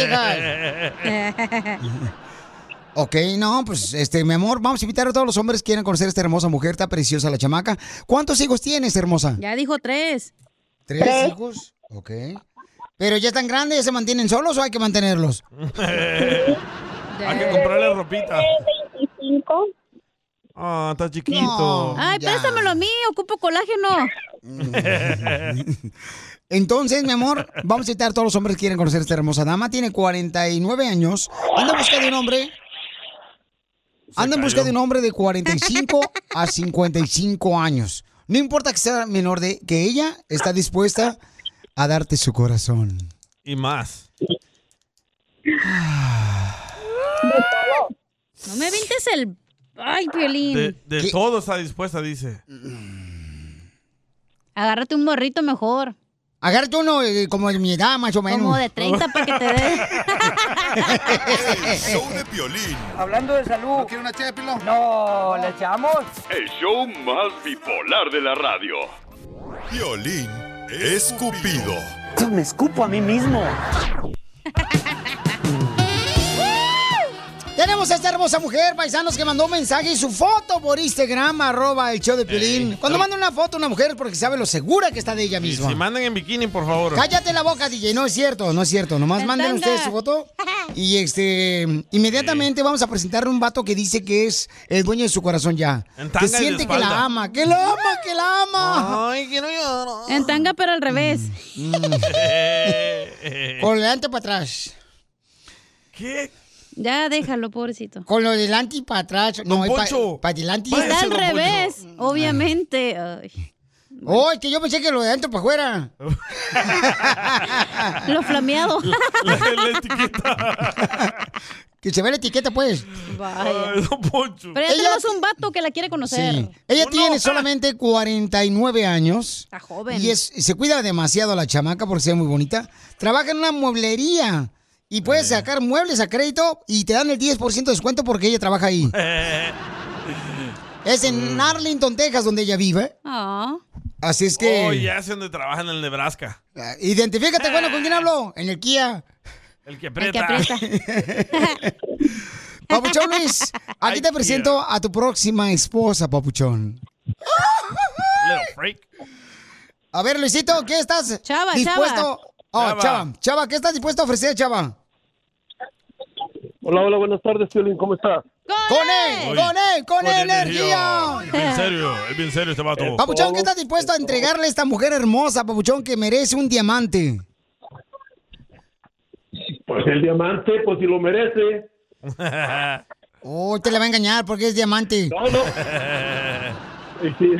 Texas. Ok, no, pues, este, mi amor, vamos a invitar a todos los hombres que quieran conocer a esta hermosa mujer, está preciosa la chamaca. ¿Cuántos hijos tienes, hermosa? Ya dijo tres. ¿Tres, hijos? Ok. Pero ya están grandes, ¿ya se mantienen solos o hay que mantenerlos? Hay que comprarle ropita. 25. Ah, está chiquito. Ay, préstamelo a mí, ocupo colágeno. Entonces, mi amor, vamos a invitar a todos los hombres que quieren conocer a esta hermosa dama. Tiene 49 años. Anda en busca de un hombre. Anda en busca de un hombre de 45 a 55 años. No importa que sea menor de que ella, está dispuesta a darte su corazón. Y más. No me vintes el. Ay, Piolín. De, de todo está dispuesta, dice. Agárrate un morrito mejor. Agárrate uno eh, como de mi edad, más o menos. Como de 30 para que te dé. Show de Piolín. Hablando de salud. ¿No quiere una ché de pilón? No, ¿le echamos? El show más bipolar de la radio. Piolín escupido. Me escupo a mí mismo. Tenemos a esta hermosa mujer, paisanos, que mandó un mensaje y su foto por Instagram, arroba el show de Piolín. Cuando manda una foto a una mujer es porque sabe lo segura que está de ella Y misma. si mandan en bikini, por favor. Cállate la boca, DJ. No es cierto, no es cierto. Nomás En manden tanga. ustedes su foto. Y este, inmediatamente vamos a presentarle un vato que dice que es el dueño de su corazón ya. En tanga Que y de siente que espalda. la ama, que la ama, que la ama. Ay, quiero llorar. En tanga, pero al revés. Mm. Mm. Eh. Con lo delante para atrás. ¿Qué? Ya déjalo, pobrecito. Con lo delante y para atrás. No, Don es para Poncho. delante y Está al revés, obviamente. Ay. Oh, es que yo pensé que lo de adentro para afuera. Lo flameado. La, etiqueta. que se ve la etiqueta, pues. Vaya. Ay, don Poncho. Pero ya tenemos un vato que la quiere conocer. Sí. Ella tiene solamente 49 años. Está joven. Y es, se cuida demasiado la chamaca porque se ve muy bonita. Trabaja en una mueblería y Eh. puede sacar muebles a crédito y te dan el 10% de descuento porque ella trabaja ahí. Es Mm. en Arlington, Texas, donde ella vive. Así es que. Oh, ya sé dónde trabaja en el Nebraska. Identifícate, bueno, ¿con quién hablo? En el Kia. El que aprieta. Papuchón Luis, aquí te Ay, presento a tu próxima esposa, Papuchón. Little freak. A ver, Luisito, ¿qué estás Chava, dispuesto? Chava. Oh, Chava. Chava, Chava, ¿qué estás dispuesto a ofrecer, Chava? Hola, hola, buenas tardes, Piolín, ¿cómo estás? ¡Con él! Oye. ¡Con él! ¡Con él, Es bien energía! serio, es bien serio este vato. Papuchón, ¿qué estás dispuesto a entregarle a esta mujer hermosa, Papuchón, que merece un diamante? Pues el diamante, pues si lo merece. Oh, te la va a engañar porque es diamante. No, no. Y sí.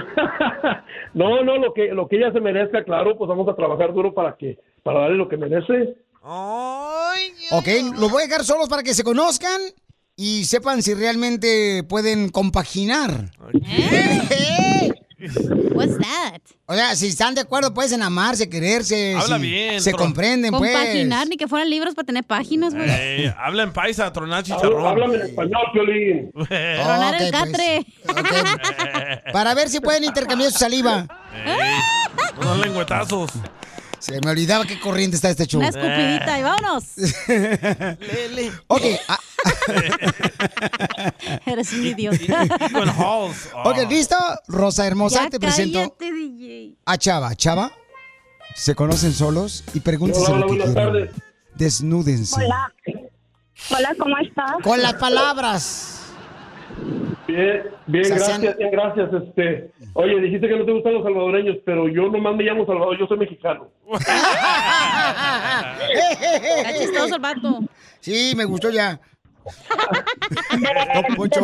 no, no, lo que, lo que ella se merezca, claro, pues vamos a trabajar duro para que, para darle lo que merece. Ok, los voy a dejar solos para que se conozcan y sepan si realmente pueden compaginar. What's that? O sea, si están de acuerdo, pues en amarse, quererse. Habla si bien, Se Tron. comprenden, pues. Compaginar, ni que fueran libros para tener páginas, güey. Ey, Eh, habla en paisa, tronar chicharrón. Ah, Háblame en español, Piolín. Tronar el Ok, pues. catre. Para ver si pueden intercambiar su saliva. Ey, unos lengüetazos. Se me olvidaba qué corriente está este show. Una escupidita y vámonos. ok. ah. Eres un idiota. Con halls. Ok, ¿listo? Rosa Hermosa, Ya te presento cállate, DJ. a Chava. Chava, se conocen solos y pregúntense Hola, lo que buenas quieran. tardes. Desnúdense. Hola. Hola, ¿cómo estás? Con las palabras. Bien, bien, Se hacen- gracias, bien, gracias. Este, oye, dijiste que no te gustan los salvadoreños, pero yo nomás me llamo Salvador, yo soy mexicano. Ah. Está chistoso el vato. Eh, Sí, me gustó ya. Don Poncho.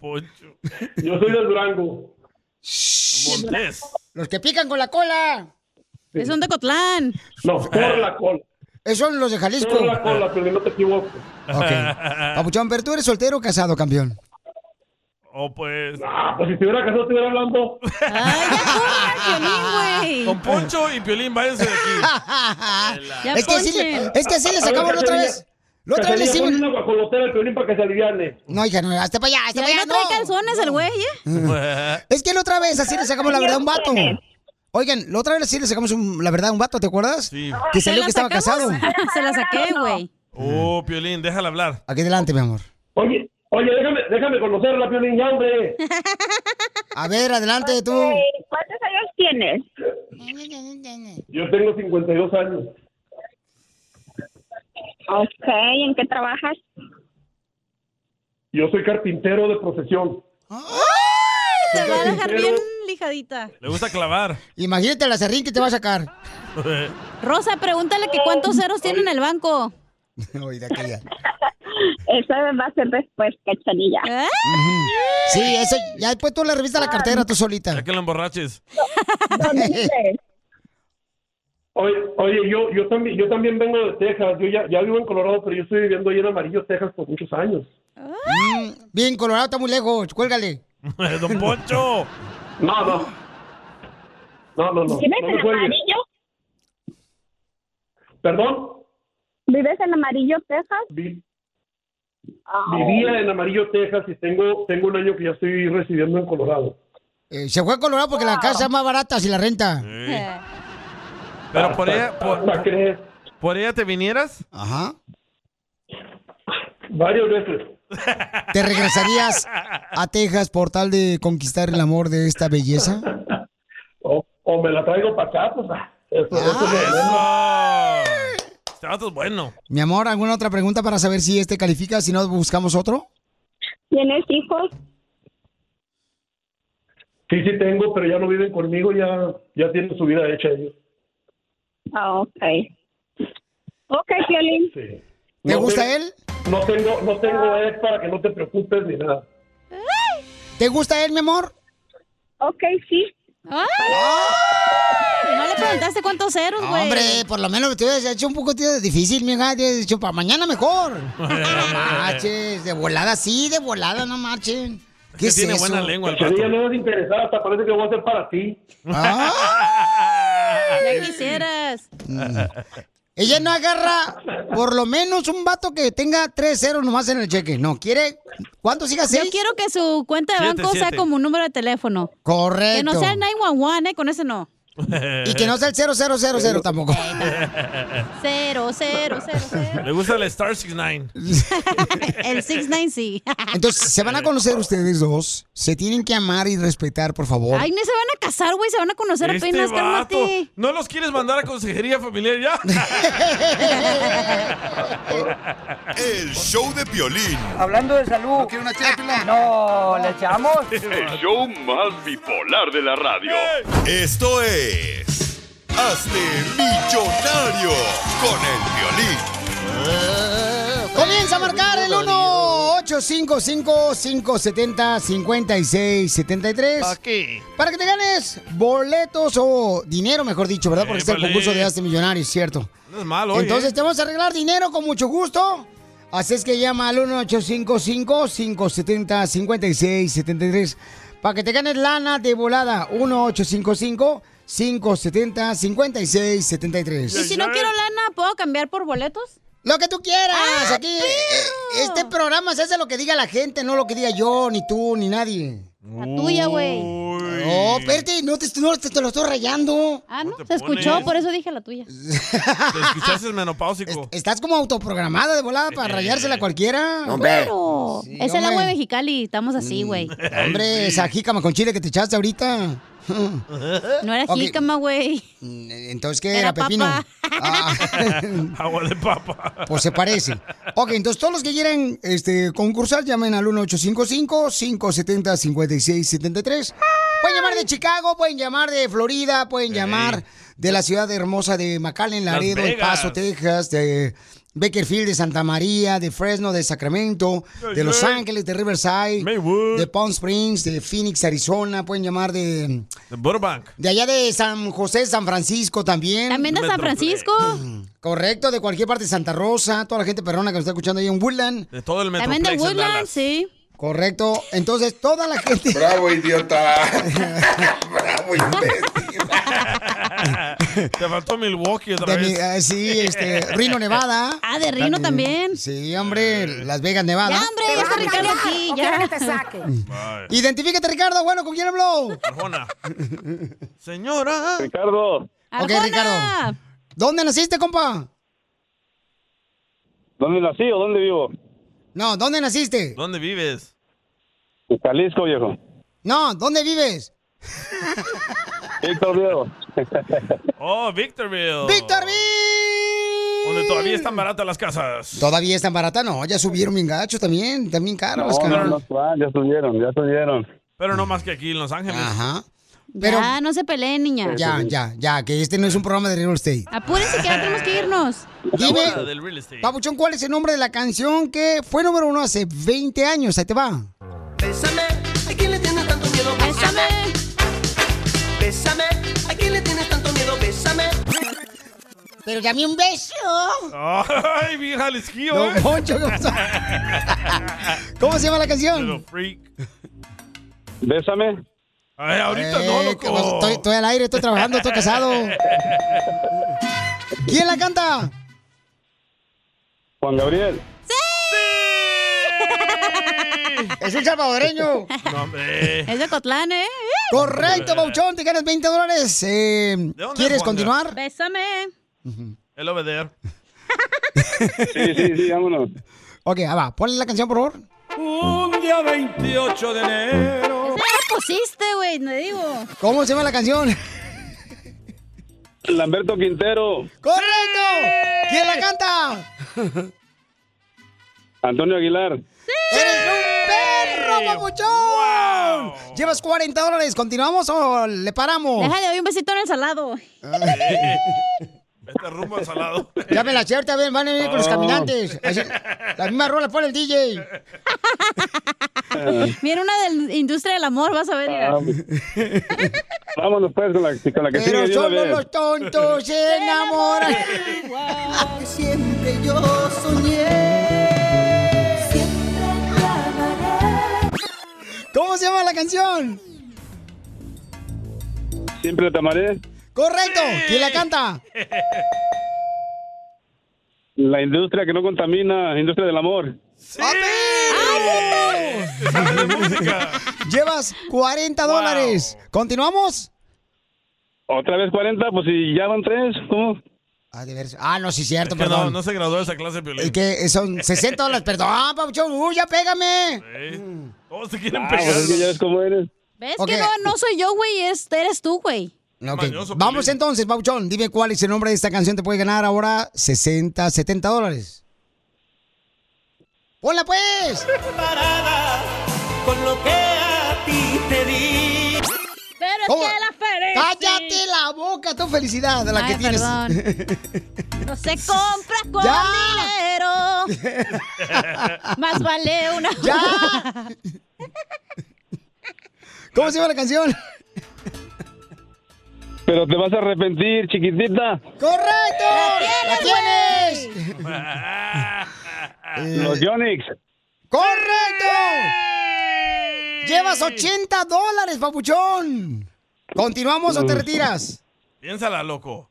Yo soy de Durango. Montes. Los que pican con la cola. Es un de Cotlán. No, por la cola. Esos son los de Jalisco. Por la cola, pero no te equivoques. Ok. Papuchón, pero tú eres soltero o casado, campeón. O pues. Ah, pues si estuviera casado estuviera hablando. Don Poncho y Piolín, váyanse de aquí. Ya es, que así le, es que así le sacamos la otra vez. La otra vez le hicimos. una guacolotera al Piolín para que se aliviane. No, hija, no, hasta para allá, hasta Ya para allá. no trae no. calzones el güey, ¿eh? Ah. Es que la otra vez así le sacamos la verdad a un vato. Oigan, la otra vez sí le sacamos un- la verdad a un vato, ¿te acuerdas? Sí. Que salió que estaba casado. Se la saqué, güey. Oh, Piolín, déjala hablar. Aquí adelante, mi amor. Oye, oye, déjame, déjame conocerla, Piolín, ya, hombre. A ver, adelante tú. ¿Cuántos años tienes? Yo tengo 52 años. Ok, ¿en qué trabajas? Yo soy carpintero de profesión. Te va a dejar Pero- bien lijadita. Le gusta clavar. Imagínate la serrín que te va a sacar. Rosa, pregúntale que cuántos ceros tiene en el banco. Esa va a ser después, cachanilla. ¿Eh? Ujú. Sí, eso, ya después tú le revisas Ah, la cartera tú solita. Ya que lo emborraches. Oye, oye yo, yo, también, yo también vengo de Texas. Yo ya, ya vivo en Colorado, pero yo estoy viviendo ahí en Amarillo, Texas, por muchos años. Ah. Mm, Bien, Colorado está muy lejos, cuélgale. eh, Don Poncho. No, no. No, no, no. ¿Vives no en me cuelgues. amarillo? Perdón, ¿Vives en amarillo, Texas? Vi- Ah, vivía en Amarillo, Texas y tengo, tengo un año que ya estoy residiendo en Colorado. Ah. Eh, se fue a Colorado porque la casa es más barata si la renta. Pero por Ah, ella, por, por ella te vinieras. Ajá. Varias veces. ¿Te regresarías a Texas por tal de conquistar el amor de esta belleza? O, o me la traigo para acá, pues. ah, Eso, eso es lo de menos. Ah. Eso. Este vato es bueno. Mi amor, ¿alguna otra pregunta para saber si este califica? Si no, buscamos otro. ¿Tienes hijos? Sí, sí tengo, pero ya no viven conmigo, ya, ya tienen su vida hecha ellos. Ah, ok. Ok, Piolín. Sí. ¿Te gusta él? No tengo, no tengo ex para que no te preocupes ni nada. ¿Te gusta él, mi amor? Ok, sí. No le preguntaste cuántos ceros, güey. Hombre, por lo menos te hubieras hecho un poco tío, difícil, mija. Te hubieras dicho, para mañana mejor. No marches, de volada sí, de volada, no marchen. ¿Qué es eso? Cachanilla, no eres interesada, hasta parece que voy a hacer para ti. Ah. Ya quisieras. Mm. Ella no agarra por lo menos un vato que tenga tres ceros nomás en el cheque. No, quiere... ¿Cuántos siga Yo seis? quiero que su cuenta de Siete, banco sea siete. como un número de teléfono. Correcto. Que no sea el 911, ¿eh? Con ese no. Y que no sea el 0000 tampoco. Cero, cero, cero, cero. Le gusta el Star 69. El 69 sí. Entonces, se van a conocer ustedes dos. Se tienen que amar y respetar, por favor. Ay, no se van a casar, güey. Se van a conocer Este apenas, vato. cálmate. ¿No los quieres mandar a consejería familiar ya? El show de Piolín. Hablando de salud. ¿No una No, ¿le echamos? El show más bipolar de la radio. Esto es. Hazte millonario con el violín. Comienza a marcar el 1-855-570-5673. Para que te ganes boletos o dinero, mejor dicho, ¿verdad? Porque está el Épale. concurso de Hazte Millonario, es ¿cierto? No es malo, oye. ¿eh? Entonces te vamos a arreglar dinero con mucho gusto. Así es que llama al 1-855-570-5673 para que te ganes lana de volada. 1-855-570-5673. Y si no quiero lana, ¿puedo cambiar por boletos? Lo que tú quieras. Aquí, eh, eh, este programa se hace lo que diga la gente, no lo que diga yo, ni tú, ni nadie. La tuya, güey. No, espérate, no te, no te- te lo estoy rayando. Ah, no, te se escuchó, pones? por eso dije la tuya. Te escuchaste el menopáusico. Estás como autoprogramada de volada para rayársela a cualquiera. Hombre. Claro. Eh, Sí, es el agua hombre. de Mexicali, estamos así, Mm. güey. Hombre, esa jícama con chile que te echaste ahorita. No era Ok. jícama, güey. Entonces, ¿qué Era era, pepino? papa. Agua de papa. Ah, Pues se parece. Ok, entonces todos los que quieran este, concursar, llamen al 1-855-570-5673. Pueden llamar de Chicago, pueden llamar de Florida, pueden llamar de la ciudad hermosa de McAllen, Las Laredo, El Vegas. Paso, Texas, de Beckerfield, de Santa María, de Fresno, de Sacramento, de Los Yeah, yeah. Ángeles, de Riverside, de Palm Springs, de Phoenix, Arizona. Pueden llamar de, De Burbank. de allá de San José, San Francisco también. También de San Francisco. Correcto, de cualquier parte de Santa Rosa, toda la gente perrona que nos está escuchando ahí en Woodland. De todo el También de metroplex en Woodland, Dallas. sí. Correcto. Entonces, toda la gente. Bravo, idiota. Bravo, Te faltó Milwaukee otra De vez. mi- ah, sí, este, Reno, Nevada. Ah, de Rino también. Sí, hombre, Las Vegas, Nevada. Ya, hombre, ya está Ricardo aquí, ya. que te saque? Identifícate, Ricardo. Bueno, ¿con quién habló? Señora. Ricardo, Ok, Ricardo. ¿Dónde naciste, compa? ¿dónde nací o dónde vivo? No, ¿dónde naciste? ¿Dónde vives? En Jalisco, viejo. No, ¿dónde vives? Víctor, viejo. Oh, Victorville. ¡Victorville! Donde todavía están baratas las casas. Todavía es tan barata, no, ya subieron bien gacho también, también caro. No, las no, caras. no, ah, ya subieron, ya subieron. Pero no más que aquí en Los Ángeles. Ajá. ya, no se peleen, niña. Ya, ya, ya, que este no es un programa de real estate. Apúrense que ya tenemos que irnos. hora del real estate. Papuchón, ¿cuál es el nombre de la canción que fue número uno hace 20 años? Ahí te va. Bésame, ¿a quién le tienes tanto miedo? Bésame. Bésame, ¿a quién le tienes tanto miedo? Bésame. Pero dame un beso. Ay, mi jalisquillo, Don eh. Poncho, ¿qué pasó? ¿Cómo se llama la canción? Freak. Bésame. Ay, ahorita Eh, no, ¿qué pasó? loco. Estoy, estoy al aire, estoy trabajando, estoy casado. ¿Quién la canta? Juan Gabriel. Es un salvadoreño. No, hombre. Es de Cotlán, ¿eh? Correcto, Pauchón, te ganas 20 dólares. Eh, dónde es ¿Quieres Juanga? continuar? Bésame. El obeder. Sí, sí, sí, vámonos. Ok, ah, va, ponle la canción, por favor. Un día 28 de enero. Esa la pusiste, güey, no digo. ¿Cómo se llama la canción? Lamberto Quintero, ¡Correcto! ¿Quién la canta? Antonio Aguilar. ¡Perro, papuchón! Llevas 40 dólares, ¿continuamos o le paramos? Deja de hoy un besito en el salado. Este rumbo al salado. Ya me la cierta, ven, van a venir con los Oh. caminantes. Así, la misma rola pone el DJ. Mira una de la industria del amor, vas a ver. mira. Ah, Vámonos pues con la, con la que Pero sigue de una solo vez. los tontos se enamoran. Que siempre yo soñé. Siempre ¿Cómo se llama la canción? Siempre te amaré. Correcto. ¿Quién la canta? La industria que no contamina, industria del amor. Llevas 40 dólares. ¿Continuamos? ¿Otra vez 40? Pues si ya van tres, ¿cómo? Ah, de ver- ah, no, sí, cierto, Que no, perdón. no se graduó de esa clase de violín. Es que son 60 dólares, perdón, ah, Papuchón, uy, ya pégame. Eh, Todos se quieren Ah, pegar. pues es que ya ves cómo eres. ¿Ves Ok. que no, no soy yo, güey? es- Eres tú, güey. Ok, Vamos entonces, Papuchón, dime cuál es el nombre de esta canción, te puede ganar ahora 60, 70 dólares. ¡Hola, pues! Parada con lo que a ti te di. Pero ¿Cómo? es que la Ferenczi- ¡Cállate la boca, tu felicidad de la Ay, que tienes! No se compra con ¡Ya! dinero. Más vale una. ¡Ya! ¿Cómo se llama la canción? Pero te vas a arrepentir, chiquitita. ¡Correcto! ¡La tienes! Eh. Los Yonix. ¡Correcto! Llevas 80 dólares, papuchón. ¿Continuamos o te retiras? Piénsala, loco.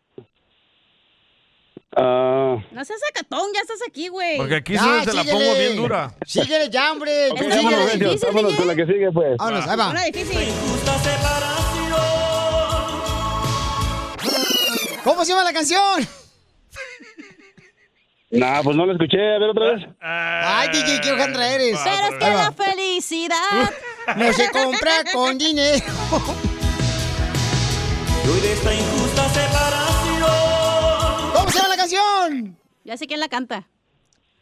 Ah, No seas sacatón, ya estás aquí, güey. Porque aquí Ya, solo te la síguele. pongo bien dura. Síguele ya, hombre. ok, Tú vámonos, síguele. Benio, vámonos con la que sigue, pues. Vámonos, ahí va. Una difícil. ¿Cómo se llama la canción? Nah, pues no la escuché. A ver, otra vez. Ah. Ay, DJ, qué Ah, hojandra eres. Pero es que Ahí la va. felicidad. No se compra con dinero. Hoy de esta injusta separación. ¿Cómo se llama la canción? Ya sé quién la canta.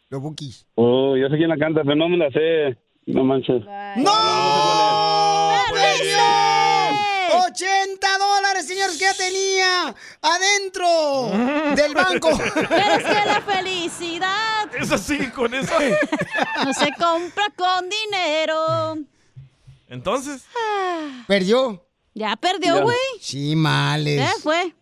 Los Bukis. Oh, yo sé quién la canta, pero no me la sé. No manches. ¡No! ¡Perdió! 80 dólares, señores, que ya tenía adentro del banco. Pero es que la felicidad Eso sí, con eso. no se compra con dinero. Entonces, Ah, Perdió. Ya Ya. perdió, güey. ¿Eh? Sí, males. Ya fue.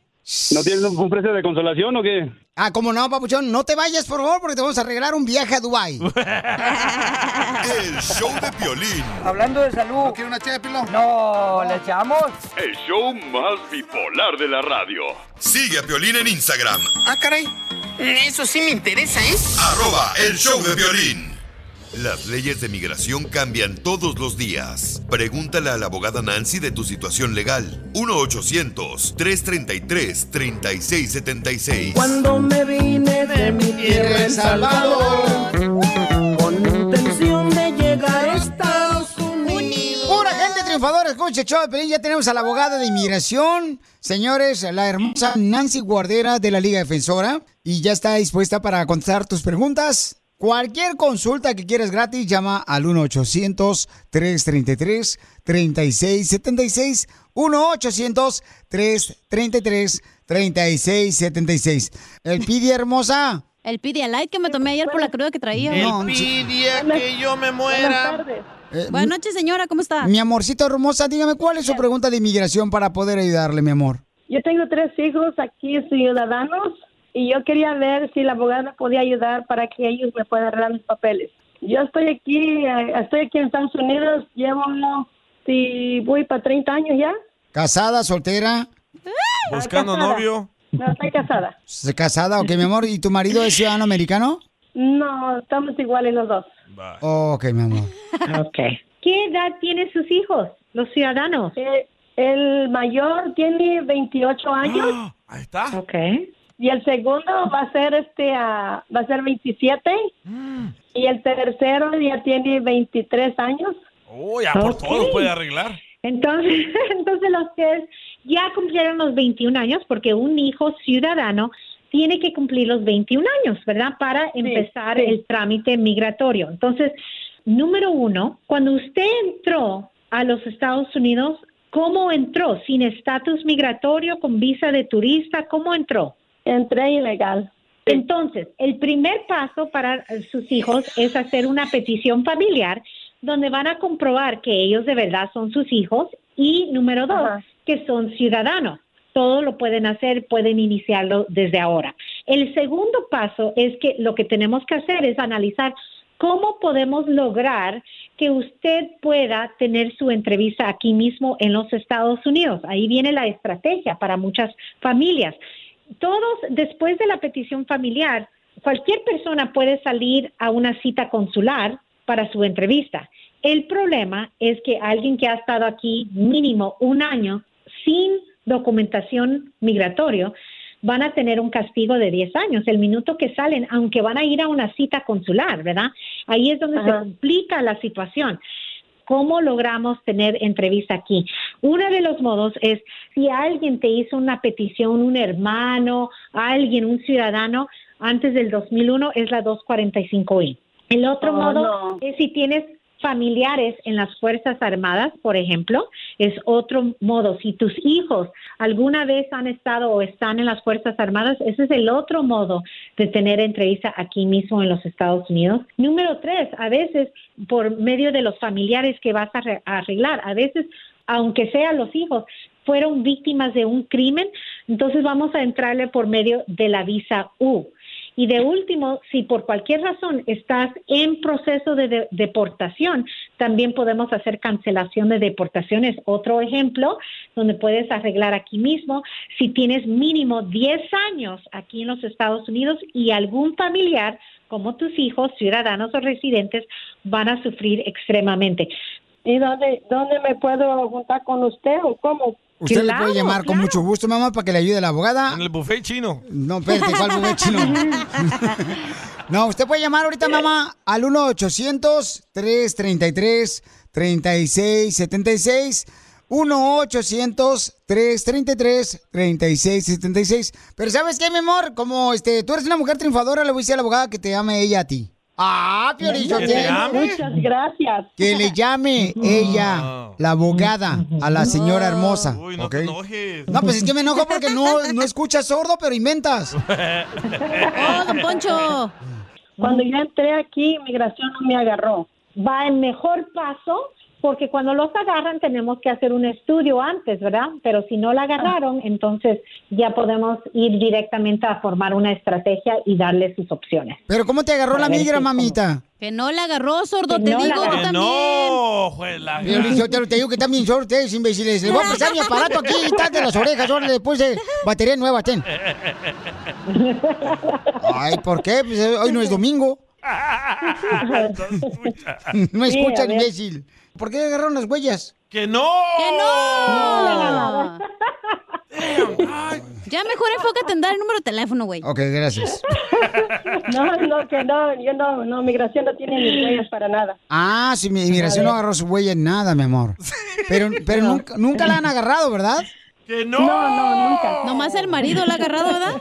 ¿No tienes un un precio de consolación o qué? Ah, como no, papuchón, no te vayas, por favor, porque te vamos a arreglar un viaje a Dubái. El show de Piolín. Hablando de salud. ¿No quiere una chépilo? No, ¿le echamos? El show más bipolar de la radio. Sigue a Piolín en Instagram. Ah, caray. Eso sí me interesa, ¿eh? Arroba el show de violín. Las leyes de migración cambian todos los días. Pregúntale a la abogada Nancy de tu situación legal. 1-800-333-3676. Cuando me vine de mi tierra El Salvador, con intención de llegar a Estados Unidos. Pura gente triunfadora, escuche, show de Pelín. Ya tenemos a la abogada de inmigración, señores, la hermosa Nancy Guardera de la Liga Defensora. Y ya está dispuesta para contestar tus preguntas. Cualquier consulta que quieras gratis, llama al 1-800-333-3676. 1-800-333-3676. El pidi hermosa. El pide light que me tomé ayer por la cruda que traía. El No, pide buenas- que yo me buenas muera. tardes. Eh, Buenas noches, señora, ¿cómo está? Mi amorcito hermosa, dígame cuál es su pregunta de inmigración para poder ayudarle, mi amor. Yo tengo tres hijos aquí, ciudadanos, y yo quería ver si la abogada podía ayudar para que ellos me puedan arreglar mis papeles. Yo estoy aquí, eh, estoy aquí en Estados Unidos, llevo, si voy para 30 años ya. ¿Casada, soltera? Buscando Casada. novio. No, estoy casada. ¿Casada? Ok, mi amor. ¿Y tu marido es ciudadano americano? No, estamos iguales los dos. Ok, mi amor. Ok. ¿Qué edad tienen sus hijos, los ciudadanos? Eh, el mayor tiene 28 años. Ahí está. Ok. Y el segundo va a ser este ah, va a ser 27 y el tercero ya tiene 23 años. Oh, ya por Ok. todo puede arreglar. Entonces, entonces los tres ya cumplieron los 21 años porque un hijo ciudadano tiene que cumplir los 21 años, ¿verdad? Para empezar sí. el trámite migratorio. Entonces, número uno, cuando usted entró a los Estados Unidos, ¿cómo entró? ¿Sin estatus migratorio, con visa de turista? ¿Cómo entró? Entré ilegal. Entonces, el primer paso para eh, sus hijos es hacer una petición familiar donde van a comprobar que ellos de verdad son sus hijos y número dos, que son ciudadanos. Todo lo pueden hacer, pueden iniciarlo desde ahora. El segundo paso es que lo que tenemos que hacer es analizar cómo podemos lograr que usted pueda tener su entrevista aquí mismo en los Estados Unidos. Ahí viene la estrategia para muchas familias todos, después de la petición familiar, cualquier persona puede salir a una cita consular para su entrevista. El problema es que alguien que ha estado aquí mínimo un año sin documentación migratoria van a tener un castigo de 10 años el minuto que salen, aunque van a ir a una cita consular, ¿verdad? Ahí es donde Ajá. se complica la situación cómo logramos tener entrevista aquí. Uno de los modos es si alguien te hizo una petición, un hermano, alguien, un ciudadano, antes del 2001 es la 245I. El otro Oh, modo no. es Eh, si tienes familiares en las Fuerzas Armadas, por ejemplo, es otro modo. Si tus hijos alguna vez han estado o están en las Fuerzas Armadas, ese es el otro modo de tener entrevista aquí mismo en los Estados Unidos. Número tres, a veces por medio de los familiares que vas a re- a arreglar, a veces, aunque sean los hijos, fueron víctimas de un crimen, entonces vamos a entrarle por medio de la visa U. Y de último, si por cualquier razón estás en proceso de, de- deportación, también podemos hacer cancelación de deportaciones. Otro ejemplo, donde puedes arreglar aquí mismo, si tienes mínimo 10 años aquí en los Estados Unidos y algún familiar como tus hijos, ciudadanos o residentes, van a sufrir extremadamente. ¿Y dónde, dónde me puedo juntar con usted o Eh, cómo? Usted le puede llamar con mucho gusto, mamá, para que le ayude la abogada. En el buffet chino. No, espérate, ¿cuál buffet chino? No, usted puede llamar ahorita, mamá, al 1-800-333-3676. 1-800-333-3676. Pero ¿sabes qué, mi amor? Como este, tú eres una mujer triunfadora, le voy a decir a la abogada que te ame ella a ti. Ah, Piolín, Que te ame. Muchas gracias. Que le llame ella, la abogada, a la Ah. señora hermosa. Uy, no No, pues es que me enojo porque no, no escuchas sordo, pero inventas. ¡Oh, don Poncho! Cuando yo entré aquí, inmigración no me agarró. Va el mejor paso porque cuando los agarran tenemos que hacer un estudio antes, ¿verdad? Pero si no la agarraron, entonces ya podemos ir directamente a formar una estrategia y darle sus opciones. Pero ¿cómo te agarró la A ver migra, si- mamita? Que no la agarró, sordo, Que te no la digo agarró. yo Que también. No, juez, la Piolín, Yo te, lo- te digo que también son ustedes imbéciles. Les voy a prestar mi aparato aquí y de las orejas. Yo le puse batería nueva, ten. Ay, ¿por qué? Pues, eh, hoy no es domingo. No Sí, escuchan, a ver. imbécil. ¿Por qué agarraron las huellas? ¡Que no! ¡Que no! Ya mejor enfócate en dar el número de teléfono, güey. Ok, gracias. No, no, que Ah, no, yo no, no, migración no tiene ni huellas para nada. Ah, si mi inmigración no agarró su huella, nada, mi amor. Pero, pero nunca, nunca la han agarrado, ¿verdad? ¡Que no! No, no, nunca. Nomás el marido la ha agarrado, ¿verdad?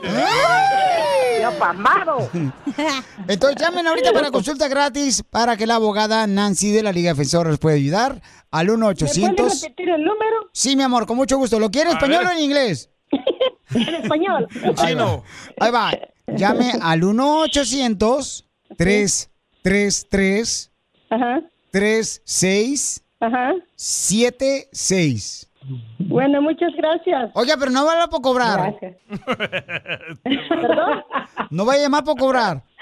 ¡Yo pamado! Entonces llamen ahorita para consulta gratis para que la abogada Nancy de la Liga Defensora les pueda ayudar al 1 ¿Puedes 800 repetir el número? Sí, mi amor, con mucho gusto. ¿Lo quiere en A español ver. o en inglés? En español. Chino. Ahí va. Ahí va. Llame al 1-800-333-3676. Bueno, muchas gracias. Oiga, pero no va a hablar por cobrar. No vaya a llamar por cobrar.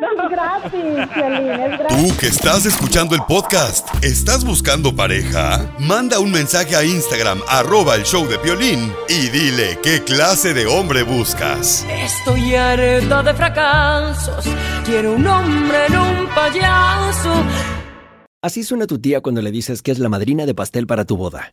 No, no es gratis, Piolín, es gratis. Tú que estás escuchando el podcast, ¿estás buscando pareja? Manda un mensaje a Instagram, arroba el show de Piolín, y dile qué clase de hombre buscas. Estoy harta de fracasos. Quiero un hombre en un payaso. Así suena tu tía cuando le dices que es la madrina de pastel para tu boda.